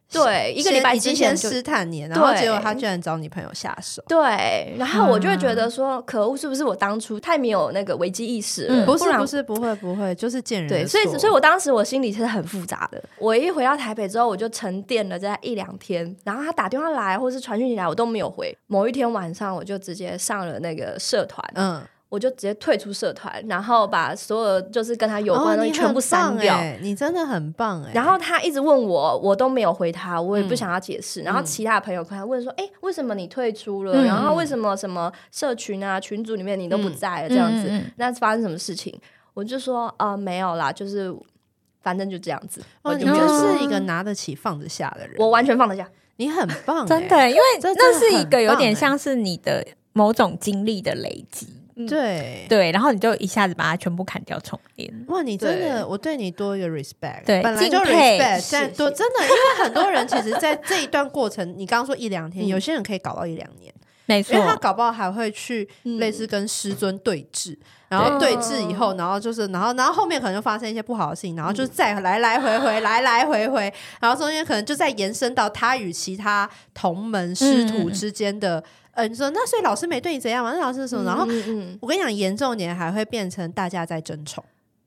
Speaker 3: 对，一个礼拜
Speaker 1: 已经
Speaker 3: 之
Speaker 1: 先
Speaker 3: 前就
Speaker 1: 试探你，然后
Speaker 3: 对
Speaker 1: 结果他居然找你朋友下手，
Speaker 3: 对，然后我就会觉
Speaker 1: 嗯
Speaker 3: 得说，可恶，是不是我当初太没有那个危机意识了？
Speaker 1: 嗯不是
Speaker 3: 然
Speaker 1: 不是不会不会，就是见人
Speaker 3: 啊对，
Speaker 1: 的
Speaker 3: 所以
Speaker 1: 错
Speaker 3: 所以我当时我心里是很复杂的。我一回到台北之后，我就沉淀了在一两天，然后他打电话来或是传讯息来，我都没有回。某一天晚上，我就直接上了那个社团，
Speaker 1: 嗯，
Speaker 3: 我就直接退出社团，然后把所有就是跟他有
Speaker 1: 哦
Speaker 3: 关的东西
Speaker 1: 你
Speaker 3: 全
Speaker 1: 很
Speaker 3: 部删
Speaker 1: 棒
Speaker 3: 掉。
Speaker 1: 欸你真的很棒哎。
Speaker 3: 然后他一直问我，我都没有回他，我也不
Speaker 1: 嗯
Speaker 3: 想要解释。然后其他的朋友可能问说：“哎、为什么你退出了？
Speaker 2: 嗯
Speaker 3: 然后为什么什么社群啊、群组里面你都不在啊了？这样子，
Speaker 2: 嗯嗯嗯
Speaker 3: 那发生什么事情？”我就说：“呃，没有啦，就是反正就这样子。
Speaker 1: 哦，
Speaker 3: 我
Speaker 1: 你
Speaker 3: 就
Speaker 1: 就
Speaker 3: 没有说
Speaker 1: 是一个拿得起放得下的人，
Speaker 3: 我完全放得下。
Speaker 1: 你很 棒欸，
Speaker 2: 真的，因为
Speaker 1: 这
Speaker 2: 那
Speaker 1: 真的
Speaker 2: 是一
Speaker 1: 很
Speaker 2: 个有
Speaker 1: 棒
Speaker 2: 点
Speaker 1: 欸
Speaker 2: 像是你的某种经历的累积，
Speaker 1: 对。
Speaker 2: 对，然后你就一下子把它全部砍掉重练。
Speaker 1: 哇，你真
Speaker 3: 对
Speaker 1: 的，我对你多一个 respect，
Speaker 2: 对
Speaker 1: 本来就
Speaker 2: 敬佩
Speaker 1: respect，
Speaker 3: 是
Speaker 1: 但多
Speaker 3: 是
Speaker 1: 真的，因为很多人其实，在这一段过程，你刚刚说一两天，
Speaker 3: 嗯
Speaker 1: 有些人可以搞到一两年，
Speaker 2: 没
Speaker 1: 因为他
Speaker 2: 错，
Speaker 1: 搞不好还会去类似跟师尊对峙，然后对峙以后，然后就是，然后然后后面可能就发生一些不好的事情，然后就
Speaker 2: 嗯
Speaker 1: 再来来回回， 来来回回，然后中间可能就再延伸到他与其他同门师
Speaker 2: 嗯
Speaker 1: 徒之间的，呃，你说那所以老师没对你怎样嘛？那老师是什么？然后
Speaker 3: 嗯嗯，
Speaker 1: 我跟你讲，严重一点还会变成大家在争宠，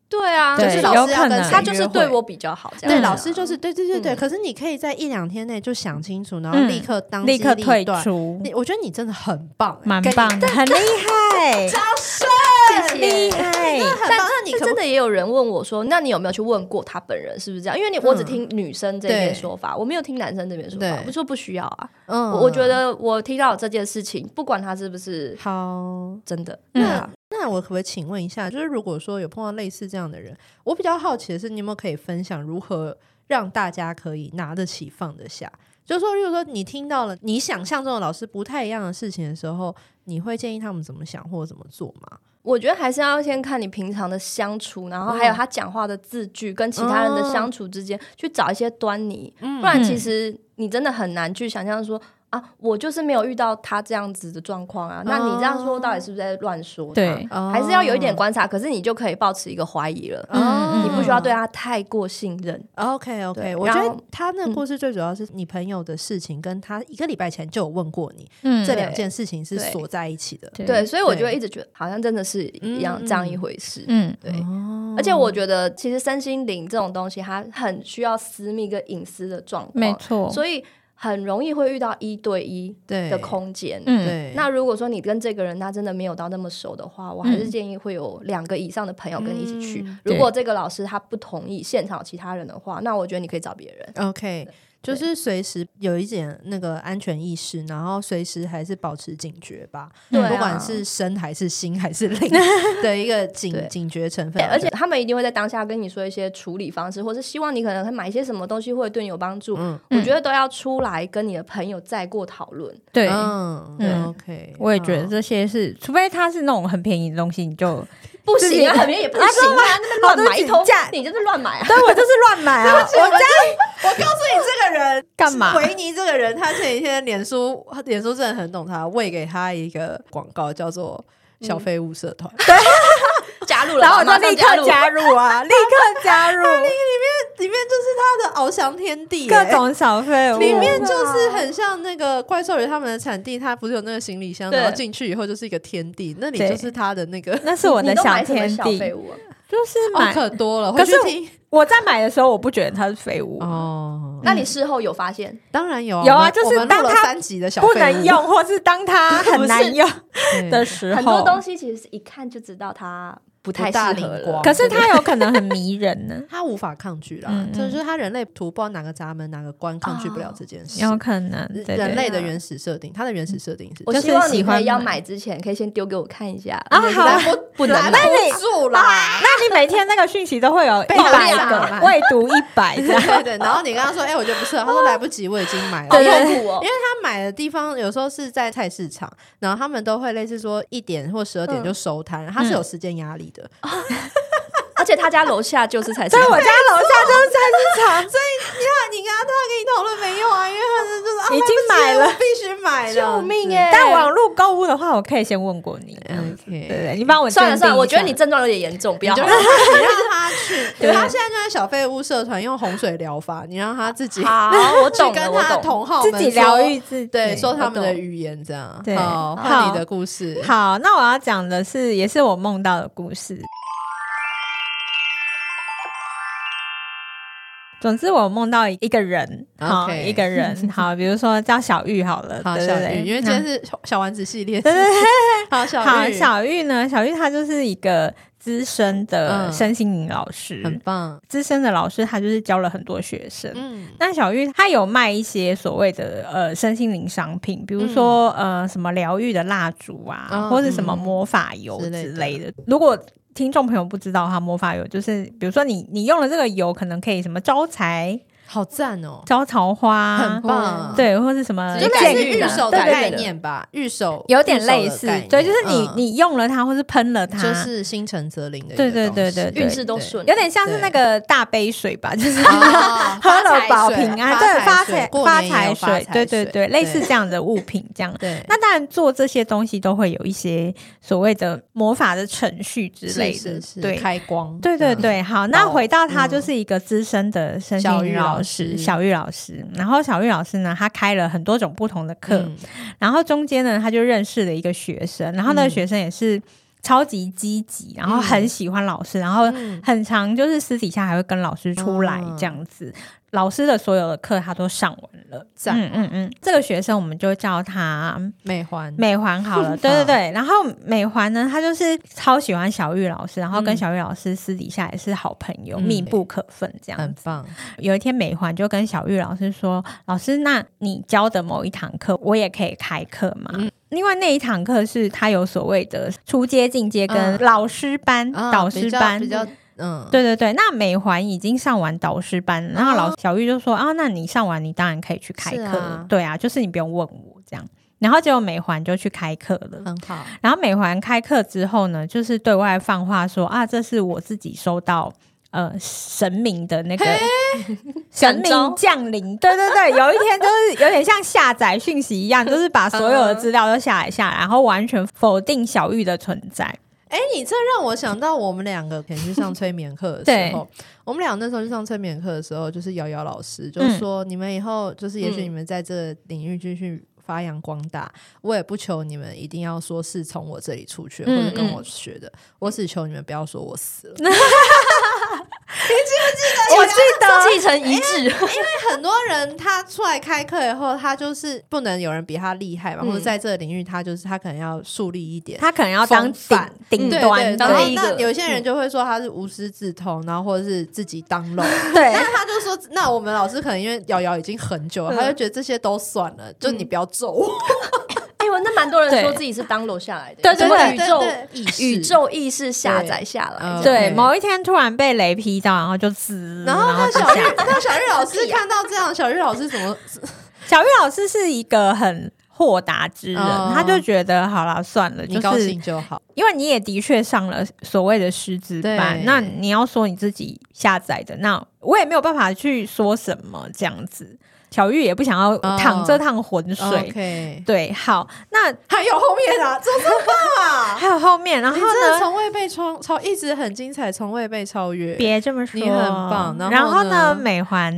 Speaker 3: 对啊，
Speaker 2: 对
Speaker 1: 就
Speaker 3: 就是是
Speaker 1: 老
Speaker 3: 老
Speaker 1: 师
Speaker 2: 有
Speaker 1: 要
Speaker 2: 可
Speaker 1: 跟
Speaker 2: 能嗯
Speaker 1: 谁
Speaker 3: 他就是
Speaker 1: 约会
Speaker 3: 对我比较好，这样
Speaker 1: 对，
Speaker 3: 子
Speaker 1: 老师就是对对对对。
Speaker 3: 嗯
Speaker 1: 可是你可以在一两天内就想清楚，然后
Speaker 2: 嗯
Speaker 1: 立刻当
Speaker 2: 立
Speaker 1: 机
Speaker 2: 刻
Speaker 1: 立
Speaker 2: 退
Speaker 1: 断。
Speaker 2: 出，
Speaker 1: 你我觉得你真的很棒、欸，
Speaker 2: 蛮
Speaker 1: 跟你
Speaker 2: 棒的，很厉害，
Speaker 3: 谢
Speaker 2: 厉
Speaker 3: 谢。
Speaker 2: 害。
Speaker 1: 很棒。那你可
Speaker 3: 但
Speaker 1: 不
Speaker 3: 真的也有人问我说：“那你有没有去问过他本人是不是这样？”因为你我只听女生这
Speaker 1: 嗯
Speaker 3: 边
Speaker 1: 对
Speaker 3: 说法，我没有听男生这边说法。
Speaker 1: 对
Speaker 3: 我说不需要啊，
Speaker 1: 嗯
Speaker 3: 我我觉得我听到这件事情，不管他是不是
Speaker 1: 好。
Speaker 3: 真的，
Speaker 2: 嗯
Speaker 3: 对啊，
Speaker 1: 那我可不可以请问一下，就是如果说有碰到类似这样的人，我比较好奇的是，你有没有可以分享如何让大家可以拿得起放得下？就是说，例如说你听到了你想象中的老师不太一样的事情的时候，你会建议他们怎么想或者怎么做吗？
Speaker 3: 我觉得还是要先看你平常的相处，然后
Speaker 1: 嗯
Speaker 3: 还有他讲话的字句跟其他
Speaker 1: 哦
Speaker 3: 人的相处之间、去找一些端倪，
Speaker 1: 嗯
Speaker 3: 不然其实你真的很难去想象说。啊，我就是没有遇到他这样子的状况啊。那你这样说到底是不是在乱说他？
Speaker 2: 对
Speaker 1: 哦
Speaker 3: 还是要有一点观察，可是你就可以保持一个怀疑了。
Speaker 2: 嗯
Speaker 3: 你不需要对他太过信任。
Speaker 1: OK OK，
Speaker 3: 对
Speaker 1: 哦我
Speaker 3: 然
Speaker 1: 觉
Speaker 3: 后嗯
Speaker 1: 得他那个故事最主要是你朋友的事情，跟他一个礼拜前就有问过你，
Speaker 2: 嗯
Speaker 1: 这两件事情是
Speaker 3: 对
Speaker 1: 锁在一起的。
Speaker 3: 对，所以我
Speaker 1: 对
Speaker 3: 就会一直觉得好像真的是一样
Speaker 1: 嗯
Speaker 3: 这样一回事。
Speaker 2: 嗯，
Speaker 3: 对，
Speaker 1: 哦
Speaker 3: 而且我觉得其实身心灵这种东西，它很需要私密跟隐私的状
Speaker 2: 没
Speaker 3: 况，
Speaker 2: 错，以
Speaker 3: 所以很容易会遇到一对一
Speaker 1: 对
Speaker 3: 的，空间。
Speaker 2: 嗯，
Speaker 1: 对，
Speaker 3: 那如果说你跟这个人他真的没有到那么熟的话，
Speaker 2: 嗯
Speaker 3: 我还是建议会有两个以上的朋友跟你一起去。
Speaker 1: 嗯
Speaker 3: 如果这个老师他不同意现场有其他人的话，那我觉得你可以找别人。
Speaker 1: OK，就是随时有一点那个安全意识，然后随时还是保持警觉吧，
Speaker 3: 对啊
Speaker 1: 不管是身还是心还是 灵的一个警
Speaker 3: 对
Speaker 1: 警觉成分
Speaker 3: 对，。哎而且他们一定会在当下跟你说一些处理方式，或是希望你可能会买一些什么东西会对你有帮助。
Speaker 1: 嗯
Speaker 3: 我觉得都要出来跟你的朋友再过讨论。
Speaker 2: 对。
Speaker 1: 嗯
Speaker 2: 嗯
Speaker 1: ，OK，
Speaker 2: 我也觉得
Speaker 1: 好
Speaker 2: 这些是，除非它是那种很便宜的东西，你 就
Speaker 3: 不
Speaker 2: 自己
Speaker 3: 行啊，很便宜也不行啊，那边
Speaker 2: 好
Speaker 3: 乱买
Speaker 2: 对
Speaker 3: 一
Speaker 2: 不起
Speaker 3: 通
Speaker 2: 价，
Speaker 3: 你就是乱买啊。
Speaker 2: 对我就是乱买啊，我这
Speaker 1: 我告诉你，这个人
Speaker 2: 干嘛
Speaker 1: 维尼这个人，他前几天脸书，脸书真的很懂他，喂给他一个广告，叫做“
Speaker 2: 嗯
Speaker 1: 小废物社团”
Speaker 3: 加入了，
Speaker 2: 然后我
Speaker 3: 马
Speaker 2: 就
Speaker 3: 上
Speaker 2: 立
Speaker 3: 加入
Speaker 2: 刻。加入 啊，立刻加 入
Speaker 1: 里面就是他的翱翔天地、欸
Speaker 2: 各。种小费，
Speaker 1: 里面就是很像那个怪兽人他们的产地，它不是有那个行李箱，
Speaker 3: 对
Speaker 1: 然后进去以后就是一个天地，那里
Speaker 2: 对
Speaker 1: 就是他的那个，
Speaker 2: 那是我
Speaker 3: 你
Speaker 2: 的
Speaker 3: 都买什么
Speaker 2: 天
Speaker 3: 小
Speaker 2: 地
Speaker 3: 废，物啊？
Speaker 2: 就是
Speaker 1: 哦，
Speaker 2: 买。
Speaker 1: 可多了。
Speaker 2: 可是
Speaker 1: 回 去听
Speaker 2: 我在买的时候，我不觉得它是废物，
Speaker 1: 哦，
Speaker 3: 那你事后有发现？
Speaker 1: 当然有
Speaker 2: 有啊
Speaker 1: 我们
Speaker 2: 就是
Speaker 1: 我们录
Speaker 2: 当
Speaker 1: 了
Speaker 2: 他
Speaker 1: 三集的小
Speaker 2: 不
Speaker 1: 废
Speaker 2: 能
Speaker 1: 物
Speaker 2: 用，或是当 它很难用
Speaker 1: 对
Speaker 2: 的时候，
Speaker 3: 很多东西其实是一看就知道它不太
Speaker 1: 不大
Speaker 3: 适合
Speaker 1: 灵光，
Speaker 3: 了。
Speaker 2: 可是它有可能很迷人呢
Speaker 1: 他无法抗拒啦，
Speaker 2: 嗯嗯
Speaker 1: 就是他人类图不知道哪个闸门哪个关抗拒不了这件事。
Speaker 2: 有可能哦对对
Speaker 1: 人类的
Speaker 3: 对啊
Speaker 1: 原始设定，它的原始设定是
Speaker 3: 我
Speaker 2: 就是
Speaker 3: 希望
Speaker 2: 喜
Speaker 3: 你
Speaker 2: 欢
Speaker 3: 可以要
Speaker 2: 买
Speaker 3: 买之前，可以先丢给我看一下
Speaker 2: 啊好
Speaker 1: 拦不
Speaker 3: 不能
Speaker 1: 拦
Speaker 3: 买
Speaker 1: 不住 啦。
Speaker 2: 那你每天那个讯息都会有一
Speaker 1: 被打
Speaker 2: 百
Speaker 1: 量
Speaker 2: 个
Speaker 1: 啊
Speaker 2: 未读一百 这
Speaker 1: 对
Speaker 2: 样，
Speaker 1: 对对，然后你跟他说，哎，我觉得不适合，他
Speaker 2: 哦
Speaker 1: 说来不及，我已经买
Speaker 3: 好
Speaker 1: 了。因为
Speaker 3: 痛苦哦
Speaker 1: 因为。他买的地方有时候是在菜市场，然后他们都会类似说一点或十二点
Speaker 3: 嗯
Speaker 1: 就收摊，他是有时间压力的。
Speaker 3: 而且他家楼下就是才是
Speaker 2: 所以我家楼下就是菜市场，
Speaker 1: 所以你看，啊你跟他他跟你讨论没用啊，因为他是就是啊
Speaker 2: 已经买
Speaker 1: 来不及
Speaker 2: 了
Speaker 1: 我必须买了，
Speaker 3: 救命哎
Speaker 2: 但网络购物的话，我可以先问过你。
Speaker 1: 嗯
Speaker 2: 子。对
Speaker 1: OK
Speaker 2: 对，你帮我
Speaker 3: 算了
Speaker 2: 镇
Speaker 3: 算了，
Speaker 2: 定
Speaker 3: 我
Speaker 2: 一
Speaker 3: 觉得
Speaker 2: 下
Speaker 3: 你症状有点严重，不
Speaker 1: 你
Speaker 3: 要
Speaker 1: 就。让他你让他去，
Speaker 2: 对
Speaker 1: 他现在就在小废物社团用洪水疗法，你让他自己
Speaker 3: 好，我
Speaker 1: 去
Speaker 3: 懂
Speaker 1: 跟他
Speaker 3: 了，我
Speaker 1: 的
Speaker 3: 懂。
Speaker 1: 同好
Speaker 2: 自
Speaker 1: 们
Speaker 2: 己
Speaker 1: 说
Speaker 2: 疗愈，自己，
Speaker 1: 对，说他
Speaker 3: 我
Speaker 1: 们的
Speaker 3: 懂
Speaker 1: 语言这样。
Speaker 2: 对
Speaker 1: 好，换
Speaker 2: 好
Speaker 1: 你的故事。
Speaker 2: 好，那我要讲的是，也是我梦到的故事。总之，我梦到一个人，好
Speaker 1: OK
Speaker 2: 一个 人，好，比如说叫小玉好了，
Speaker 1: 好，
Speaker 2: 对
Speaker 1: 小
Speaker 2: 对对
Speaker 1: 玉，因为今天是小小丸子系列，
Speaker 2: 对对对
Speaker 1: 好，小
Speaker 2: 好
Speaker 1: 玉，
Speaker 2: 小玉呢，小玉她就是一个资深的
Speaker 1: 嗯
Speaker 2: 身心灵老师，
Speaker 1: 很棒，
Speaker 2: 资深的老师，他就是教了很多学生，
Speaker 1: 嗯，
Speaker 2: 那小玉她有卖一些所谓的呃身心灵商品，比如说、呃什么疗愈的蜡烛啊，
Speaker 1: 嗯
Speaker 2: 或者什么魔法油
Speaker 1: 之
Speaker 2: 之
Speaker 1: 类
Speaker 2: 类
Speaker 1: 的
Speaker 2: 的。如果听众朋友不知道哈，魔法油就是比如说你你用了这个油，可能可以什么招财、
Speaker 1: 好赞哦，
Speaker 2: 招桃花
Speaker 1: 很，棒，，
Speaker 2: 对，或是什么
Speaker 1: 就类
Speaker 2: 健
Speaker 1: 似
Speaker 2: 运
Speaker 1: 玉
Speaker 2: 啊
Speaker 1: 手的
Speaker 2: 对对
Speaker 1: 概
Speaker 2: 对
Speaker 1: 念吧，玉手
Speaker 2: 有点类似
Speaker 1: 玉手的概念，
Speaker 2: 对，就是你、
Speaker 1: 嗯
Speaker 2: 你用了它，或是喷了它，
Speaker 1: 就是心诚则灵的一个
Speaker 2: 对
Speaker 1: 东西，
Speaker 2: 对对对对
Speaker 3: 运势 都顺
Speaker 2: 有点像是那个大杯水吧，就是
Speaker 1: 哦
Speaker 2: 喝了保
Speaker 1: 发财水
Speaker 2: 平安，对，发
Speaker 1: 发财水
Speaker 2: 财
Speaker 1: 过
Speaker 2: 发
Speaker 1: 年也
Speaker 2: 财
Speaker 1: 有发
Speaker 2: 水，
Speaker 1: 财
Speaker 2: 对对
Speaker 1: 水
Speaker 2: 对，类似
Speaker 1: 对
Speaker 2: 这样的物品这样。
Speaker 1: 对，
Speaker 2: 那当然，做这些东西都会有一些所谓的魔法的程序之
Speaker 1: 是
Speaker 2: 类的，
Speaker 1: 是是
Speaker 2: 对。
Speaker 1: 开光，
Speaker 2: 对对对，好，那
Speaker 1: 哦
Speaker 2: 回到他
Speaker 1: 嗯
Speaker 2: 就是一个资深的身心
Speaker 1: 小玉
Speaker 2: 灵
Speaker 1: 老
Speaker 2: 老师
Speaker 1: 师
Speaker 2: 小玉老师，然后小玉老师呢，他开了很多种不同的课，
Speaker 1: 嗯，
Speaker 2: 然后中间呢，他就认识了一个学生，然后那
Speaker 1: 嗯
Speaker 2: 个学生也是超级积极，然后很喜欢老师，然后
Speaker 1: 嗯
Speaker 2: 很常就是私底下还会跟老师出来
Speaker 1: 嗯
Speaker 2: 这样子。老师的所有的课他都上完了，
Speaker 1: 赞
Speaker 2: 嗯嗯嗯，这个学生我们就叫他
Speaker 1: 美环，
Speaker 2: 美环好 了，对对对。然后美环呢，她就是超喜欢小玉老师，然后跟
Speaker 1: 嗯
Speaker 2: 小玉老师私底下也是好朋友，
Speaker 1: 嗯
Speaker 2: 密不可分这样子
Speaker 1: 很棒，
Speaker 2: 有一天，美环就跟小玉老师说：“老师，那你教的某一堂课，我也可以开课吗？”
Speaker 1: 嗯
Speaker 2: 另外那一堂课是他有所谓的初阶、进阶跟
Speaker 1: 嗯
Speaker 2: 老师班、
Speaker 1: 啊
Speaker 2: 导
Speaker 1: 比
Speaker 2: 师
Speaker 1: 较
Speaker 2: 班
Speaker 1: 比。较，嗯，
Speaker 2: 对对对，那美环已经上完导师班，然后老小玉就说：“啊，那你上完，你当然可以去开
Speaker 1: 是
Speaker 2: 课。
Speaker 1: 啊
Speaker 2: 对啊，就是你不用问我这样。”然后结果美环就去开课了。
Speaker 1: 很好，
Speaker 2: 然后美环开课之后呢，就是对外放话说啊，这是我自己收到呃神明的那个 神
Speaker 3: 感召
Speaker 2: 明降临，对对对，有一天就是有点像下载讯息一样，就是把所有的资料都下载下来，然后完全否定小玉的存在。
Speaker 1: 哎、你这让我想到我们两个可能去上催眠课的
Speaker 2: 对
Speaker 1: 时候，我们俩那时候去上催眠课的时候，就是瑶瑶老师就说：“你们以后就是，也许
Speaker 3: 嗯
Speaker 1: 你们在这个领域继续发扬光大，我也不求你们一定要说是从我这里出去，或
Speaker 2: 嗯
Speaker 1: 者跟我学的，我只求你们不要说我死了。”
Speaker 3: 哎
Speaker 2: 我记得
Speaker 3: 继承一致，
Speaker 1: 很多人他出来开课以后，他就是不能有人比他厉害嘛，
Speaker 3: 嗯
Speaker 1: 或者在这个领域他就是他可能要树立一点。
Speaker 2: 他可能要当
Speaker 1: 风范
Speaker 2: 顶顶
Speaker 1: 对
Speaker 2: 端
Speaker 1: 嗯对，然
Speaker 3: 当
Speaker 1: 后
Speaker 3: 第一
Speaker 1: 那
Speaker 3: 个嗯
Speaker 1: 有些人就会说他是无师自通，然后或者是自己当漏，
Speaker 2: 哎
Speaker 3: 哎
Speaker 2: 对
Speaker 1: 但是他就说，那我们老师可能因为瑶瑶已经很久了，
Speaker 2: 嗯
Speaker 1: 他就觉得这些都算了，就你不要咒我。
Speaker 3: 哎呦，那蛮多人说
Speaker 2: 对
Speaker 3: 自己是当楼下来的，
Speaker 2: 对对
Speaker 3: 什么
Speaker 2: 对
Speaker 3: 宇
Speaker 1: 意
Speaker 3: 宙
Speaker 1: 识
Speaker 3: 宇。宙意识下载下来
Speaker 1: 嗯，
Speaker 3: 这
Speaker 2: 对
Speaker 3: 样
Speaker 1: 对
Speaker 2: 某一天突然被雷劈到，然后就滋，
Speaker 1: 然后那
Speaker 2: 就
Speaker 1: 小
Speaker 2: 下
Speaker 1: 日，那小日老师看到这样，小日老师怎么？
Speaker 2: 小玉老师是一个很豁达之人，
Speaker 1: 哦
Speaker 2: 他就觉得好啦，算了，
Speaker 1: 你
Speaker 2: 就
Speaker 1: 高
Speaker 2: 是
Speaker 1: 兴就好。
Speaker 2: 因为你也的确上了所谓的师资
Speaker 1: 对
Speaker 2: 班，那你要说你自己下载的，那我也没有办法去说什么这样子。小玉也不想要
Speaker 1: 哦
Speaker 2: 淌这趟浑水。
Speaker 1: OK，
Speaker 2: 对，好，那
Speaker 1: 还有后面 啊，真的棒啊！
Speaker 2: 还有后面，然后
Speaker 1: 你真的
Speaker 2: 呢？
Speaker 1: 从未被超超，一直很精彩，从未被超越。
Speaker 2: 别这么说，
Speaker 1: 你很棒然后呢
Speaker 2: 然后呢，美环，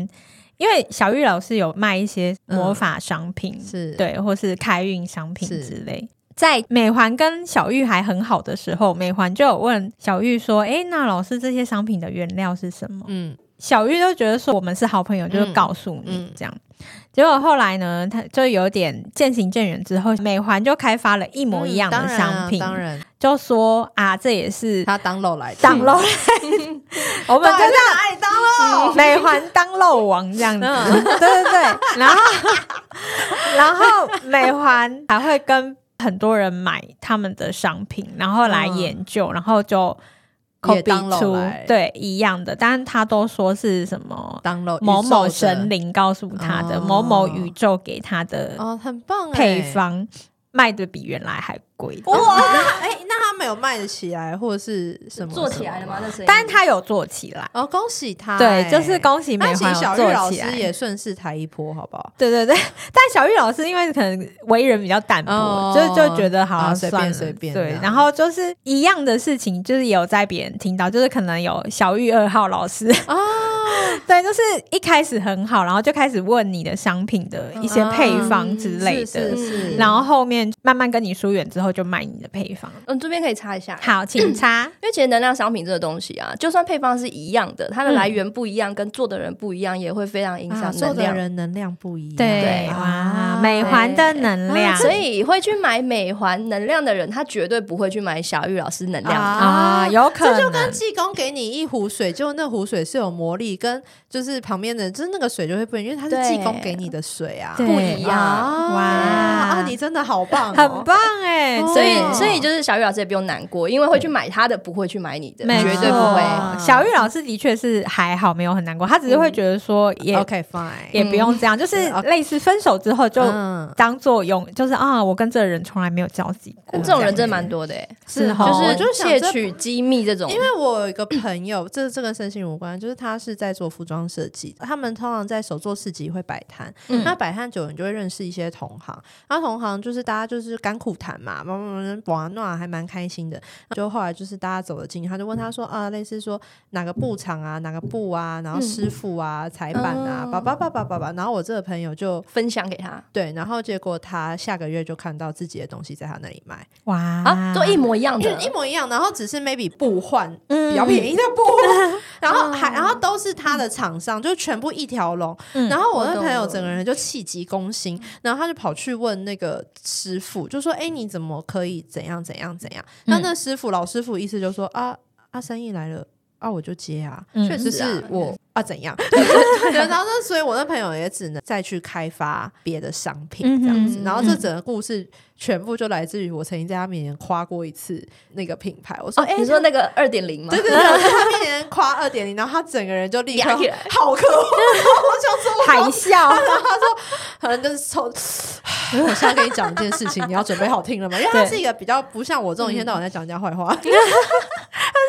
Speaker 2: 因为小玉老师有卖一些魔法商品，
Speaker 1: 嗯是
Speaker 2: 对，或是开运商品
Speaker 1: 是
Speaker 2: 之类。在美环跟小玉还很好的时候，美环就有问小玉说：“哎、那老师这些商品的原料是什么
Speaker 1: 嗯？”
Speaker 2: 小玉就觉得说：“我们是好朋友，就是告诉
Speaker 1: 嗯
Speaker 2: 你这样。结果后来呢，他就有点渐行渐远。之后，美环就开发了一模一样的商品，
Speaker 1: 嗯当然啊、当然
Speaker 2: 就说啊，这也是
Speaker 1: 他当漏来的，
Speaker 2: 挡漏，嗯我
Speaker 1: 我们
Speaker 2: 们
Speaker 1: 真
Speaker 2: 就
Speaker 1: 的
Speaker 2: 这样
Speaker 1: 爱当漏。
Speaker 2: 美环当漏王这样子，
Speaker 1: 嗯
Speaker 2: 对对对， 然后然后美环还会跟很多人买他们的商品，然后来研究，然后就
Speaker 1: 也当
Speaker 2: copy
Speaker 1: 漏哎
Speaker 2: 出
Speaker 1: 来
Speaker 2: 对一样的，但是他都说是什么
Speaker 1: 当漏
Speaker 2: 某某
Speaker 1: 神
Speaker 2: 神
Speaker 1: 灵，
Speaker 2: 灵告诉他的，
Speaker 1: 哦
Speaker 2: 某某宇宙给他的
Speaker 1: 哦，很棒、欸，哦
Speaker 2: 配。方，卖的比原来还贵。
Speaker 1: 哇，哎、那他们有有卖得起来，或者是什么
Speaker 3: 做起来了吗？？那声音，
Speaker 2: 但他有做起来，
Speaker 1: 哦，恭喜他、
Speaker 2: 对，就是恭喜
Speaker 1: 那
Speaker 2: 梅
Speaker 1: 请
Speaker 2: 花
Speaker 1: 小
Speaker 2: 有
Speaker 1: 玉老
Speaker 2: 做
Speaker 1: 师
Speaker 2: 起来。
Speaker 1: 也顺势抬一波，好不好？
Speaker 2: 对对对，但小玉老师因为可能为人比较淡薄，
Speaker 1: 哦
Speaker 2: 就就觉得好
Speaker 1: 啊
Speaker 2: 像
Speaker 1: 随
Speaker 2: 算
Speaker 1: 便
Speaker 2: 了
Speaker 1: 随便这
Speaker 2: 对
Speaker 1: 样，
Speaker 2: 然后就是一样的事情，就是也有在别人听到，就是可能有小玉二号老师
Speaker 1: 哦，
Speaker 2: 对，就是一开始很好，然后就开始问你的商品的一些配方之类的，
Speaker 1: 嗯是是是
Speaker 3: 嗯
Speaker 2: 然后后面慢慢跟你疏远之后，就卖你的配方。
Speaker 3: 嗯，这边可以查一下。
Speaker 2: 好，请插。
Speaker 3: 因为其实能量商品这个东西啊，就算配方是一样的，
Speaker 2: 嗯
Speaker 3: 它的来源不一样，跟做的人不一样，也会非常影
Speaker 1: 啊
Speaker 3: 响
Speaker 1: 做
Speaker 3: 能
Speaker 1: 的
Speaker 3: 量。
Speaker 1: 人能量不一样，啊
Speaker 2: 对，哇，美环的能量，
Speaker 3: 所以会去买美环能量的人，他绝对不会去买小玉老师能量。
Speaker 2: 啊，有可
Speaker 1: 这就跟
Speaker 2: 能。
Speaker 1: 济公给你一壶水，就那壶水是有魔力，跟就是旁边的，就是那个水就会不一样，因为它是
Speaker 3: 对
Speaker 1: 济公给你的水啊。
Speaker 2: 对
Speaker 3: 不一样
Speaker 1: 啊
Speaker 2: 哇
Speaker 1: 啊！你真的好棒哦，
Speaker 2: 很棒哎、
Speaker 1: 哦
Speaker 3: 所
Speaker 2: 对
Speaker 3: 以，所以就是小玉老师也不用难过，因为会去买他的，不会去买你的，
Speaker 2: 没
Speaker 3: 绝对不会。
Speaker 2: 错小玉老师的确是还好，没有很难过，她只是会觉得说也、
Speaker 1: 嗯 OK fine，
Speaker 2: 也不用这样，就是类似分手之后就
Speaker 1: 嗯
Speaker 2: 当做用，就是啊，我跟这个人从来没有交集过，
Speaker 3: 但嗯这种人
Speaker 2: 这样
Speaker 3: 真的蛮多的、欸，
Speaker 2: 是
Speaker 1: 哦
Speaker 2: 吼
Speaker 3: 就是
Speaker 1: 我就想
Speaker 3: 窃
Speaker 1: 这
Speaker 3: 取机密这种，
Speaker 1: 因为我有一个朋友，这这跟身心无关，就是他是在做服装设计，他们通常在手作市集会摆摊，
Speaker 3: 嗯
Speaker 1: 那摆摊久了你就会认识一些同行，然后同行就是大家就是甘苦谈嘛，慢慢慢慢玩闹，还蛮开心的。就后来就是大家走了近，他就问他说啊，类似说哪个布厂啊，哪个布啊，然后师傅啊，裁板啊，
Speaker 3: 哦
Speaker 1: 叭叭叭叭叭叭，然后我这个朋友就。
Speaker 3: 分享给他
Speaker 1: 对，然后结果他下个月就看到自己的东西在他那里卖，
Speaker 2: 哇
Speaker 3: 啊，做一模一样
Speaker 1: 就
Speaker 3: 的，
Speaker 1: 嗯
Speaker 3: 嗯
Speaker 1: 一模一样，然后只是 maybe 布换比
Speaker 2: 比
Speaker 1: 较便宜的 布，然后还然后都是他的厂商，就全部一条龙。
Speaker 2: 嗯
Speaker 1: 然后我那
Speaker 3: 我懂
Speaker 1: 朋友
Speaker 3: 了
Speaker 1: 整个人就气急攻心，然后他就跑去问那个师傅，就说：“哎，你怎么可以怎样怎样怎样？”那
Speaker 2: 嗯
Speaker 1: 那师傅老师傅意思就说：“啊啊，生意来了。”啊，我就接啊，
Speaker 2: 嗯
Speaker 1: 确实
Speaker 3: 是啊
Speaker 1: 是我啊，怎 样？对然后那所以，我那朋友也只能再去开发别的商品这样子。
Speaker 3: 嗯哼
Speaker 1: 然后这整个故事全部就来自于我曾经在他面前夸过一次那个品牌，我说：“哎，
Speaker 3: 哦你说那个二点零吗？
Speaker 1: 对对对，我在他面前夸二点零，然后他整个人就立刻
Speaker 3: 嗲起来
Speaker 1: 好渴望， 我想说我
Speaker 2: 海
Speaker 1: 刚，
Speaker 2: 啸，
Speaker 1: 然后他说可能就是从，我现在跟你讲一件事情，你要准备好听了吗？因为他
Speaker 2: 对
Speaker 1: 是一个比较不像我这种一天到晚在讲人家坏话， 他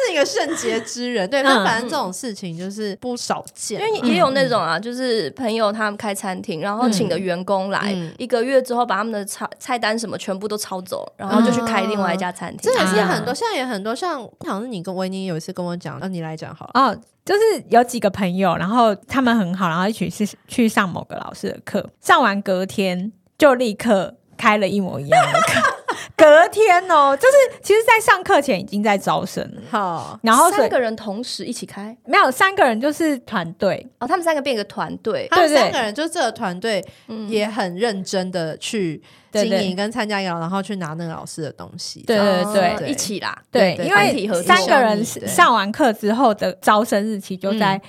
Speaker 1: 是一个圣洁之人，对，但
Speaker 2: 嗯
Speaker 1: 反正这种事情就是不少见
Speaker 3: 因
Speaker 1: 嘛，
Speaker 3: 为也有那种啊，就是朋友他们开餐厅，然后请的员工来、
Speaker 1: 嗯
Speaker 3: 一个月之后，把他们的菜菜单什么全部都抄走，然后就去开另外一家餐厅。
Speaker 1: 这也是
Speaker 2: 啊
Speaker 1: 很多，现在也很多，像好像是你跟维尼有一次跟我讲，那、你来讲好了。
Speaker 2: 哦，就是有几个朋友，然后他们很好，然后一起去去上某个老师的课，上完隔天就立刻开了一模一样的课。隔天哦，就是其实，在上课前已经在招生了，
Speaker 1: 好，
Speaker 2: 然后所
Speaker 3: 三
Speaker 2: 以
Speaker 3: 个人同时一起开
Speaker 2: 没有三个人就是团队，
Speaker 3: 哦，他们三个变一个团队，
Speaker 1: 他们
Speaker 2: 对对
Speaker 1: 三个人就这个团队
Speaker 3: 嗯
Speaker 1: 也很认真的去
Speaker 2: 对
Speaker 1: 经
Speaker 2: 对
Speaker 1: 营跟参加一个，然后去拿那个老师的东西。
Speaker 2: 对
Speaker 1: 这样
Speaker 2: 对对
Speaker 1: 对
Speaker 3: 一起啦，
Speaker 2: 对，
Speaker 1: 对
Speaker 2: 因
Speaker 3: 团体
Speaker 2: 为
Speaker 3: 合作
Speaker 2: 三个人
Speaker 1: 对嗯
Speaker 2: 上完课之后的招生日期就在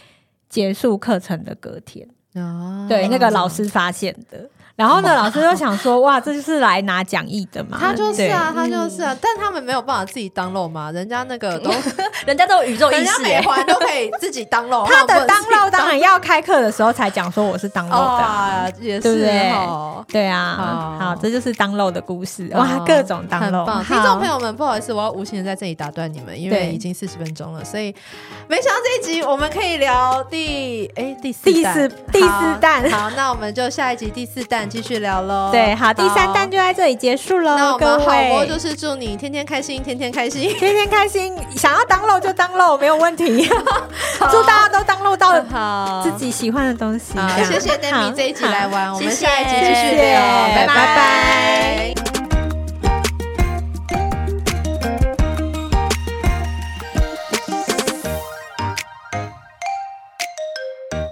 Speaker 2: 结束课程的隔天，
Speaker 1: 哦
Speaker 2: 对，那个老师发现的。然后呢，老师就想说，哇，这就是来拿讲义的嘛，
Speaker 1: 嗯他就是啊，他
Speaker 3: 对
Speaker 1: 就是啊，但他们没有办法自己当肉嘛，人家那个 都，
Speaker 3: 人家都有宇宙意
Speaker 1: 人家
Speaker 3: 识、
Speaker 1: 美
Speaker 3: 欸，
Speaker 1: 环都可以自己当肉，
Speaker 2: 他的当
Speaker 1: 肉
Speaker 2: 肉当然要开课的时候才讲说我是当肉的啊、
Speaker 1: 啊，也
Speaker 2: 对不
Speaker 1: 是
Speaker 2: 对
Speaker 1: 哦。
Speaker 2: 对啊
Speaker 1: 哦，
Speaker 2: 好，这就是当肉的故事，哇，各种当
Speaker 1: 很
Speaker 2: 肉，
Speaker 1: 棒
Speaker 2: 好
Speaker 1: 听众朋友们，不好意思，我要无情的在这里打断你们，因为
Speaker 2: 对
Speaker 1: 已经四十分钟了，所以没想到这一集我们可以聊第哎第四
Speaker 2: 第
Speaker 1: 弹
Speaker 2: 四第四弹
Speaker 1: 好，好那我们就下一集第四弹继续聊喽。
Speaker 2: 对，好，第三弹就在这里结束
Speaker 1: 那
Speaker 2: 喽，
Speaker 1: 我
Speaker 2: 各
Speaker 1: 们好播
Speaker 2: 位
Speaker 1: 就，是祝你天天开心，天天 开心。
Speaker 2: 天天开心，想要当肉就当肉，没有问题，祝大家都当肉到
Speaker 1: 嗯好
Speaker 2: 自己喜欢的东西
Speaker 1: 好，，
Speaker 2: 这样
Speaker 1: 谢谢 d e m i
Speaker 2: 好
Speaker 1: 这一集
Speaker 2: 好
Speaker 1: 来玩，我们
Speaker 3: 谢谢
Speaker 1: 下一集继
Speaker 2: 谢
Speaker 1: 续聊，
Speaker 2: 谢
Speaker 1: 拜
Speaker 2: 拜拜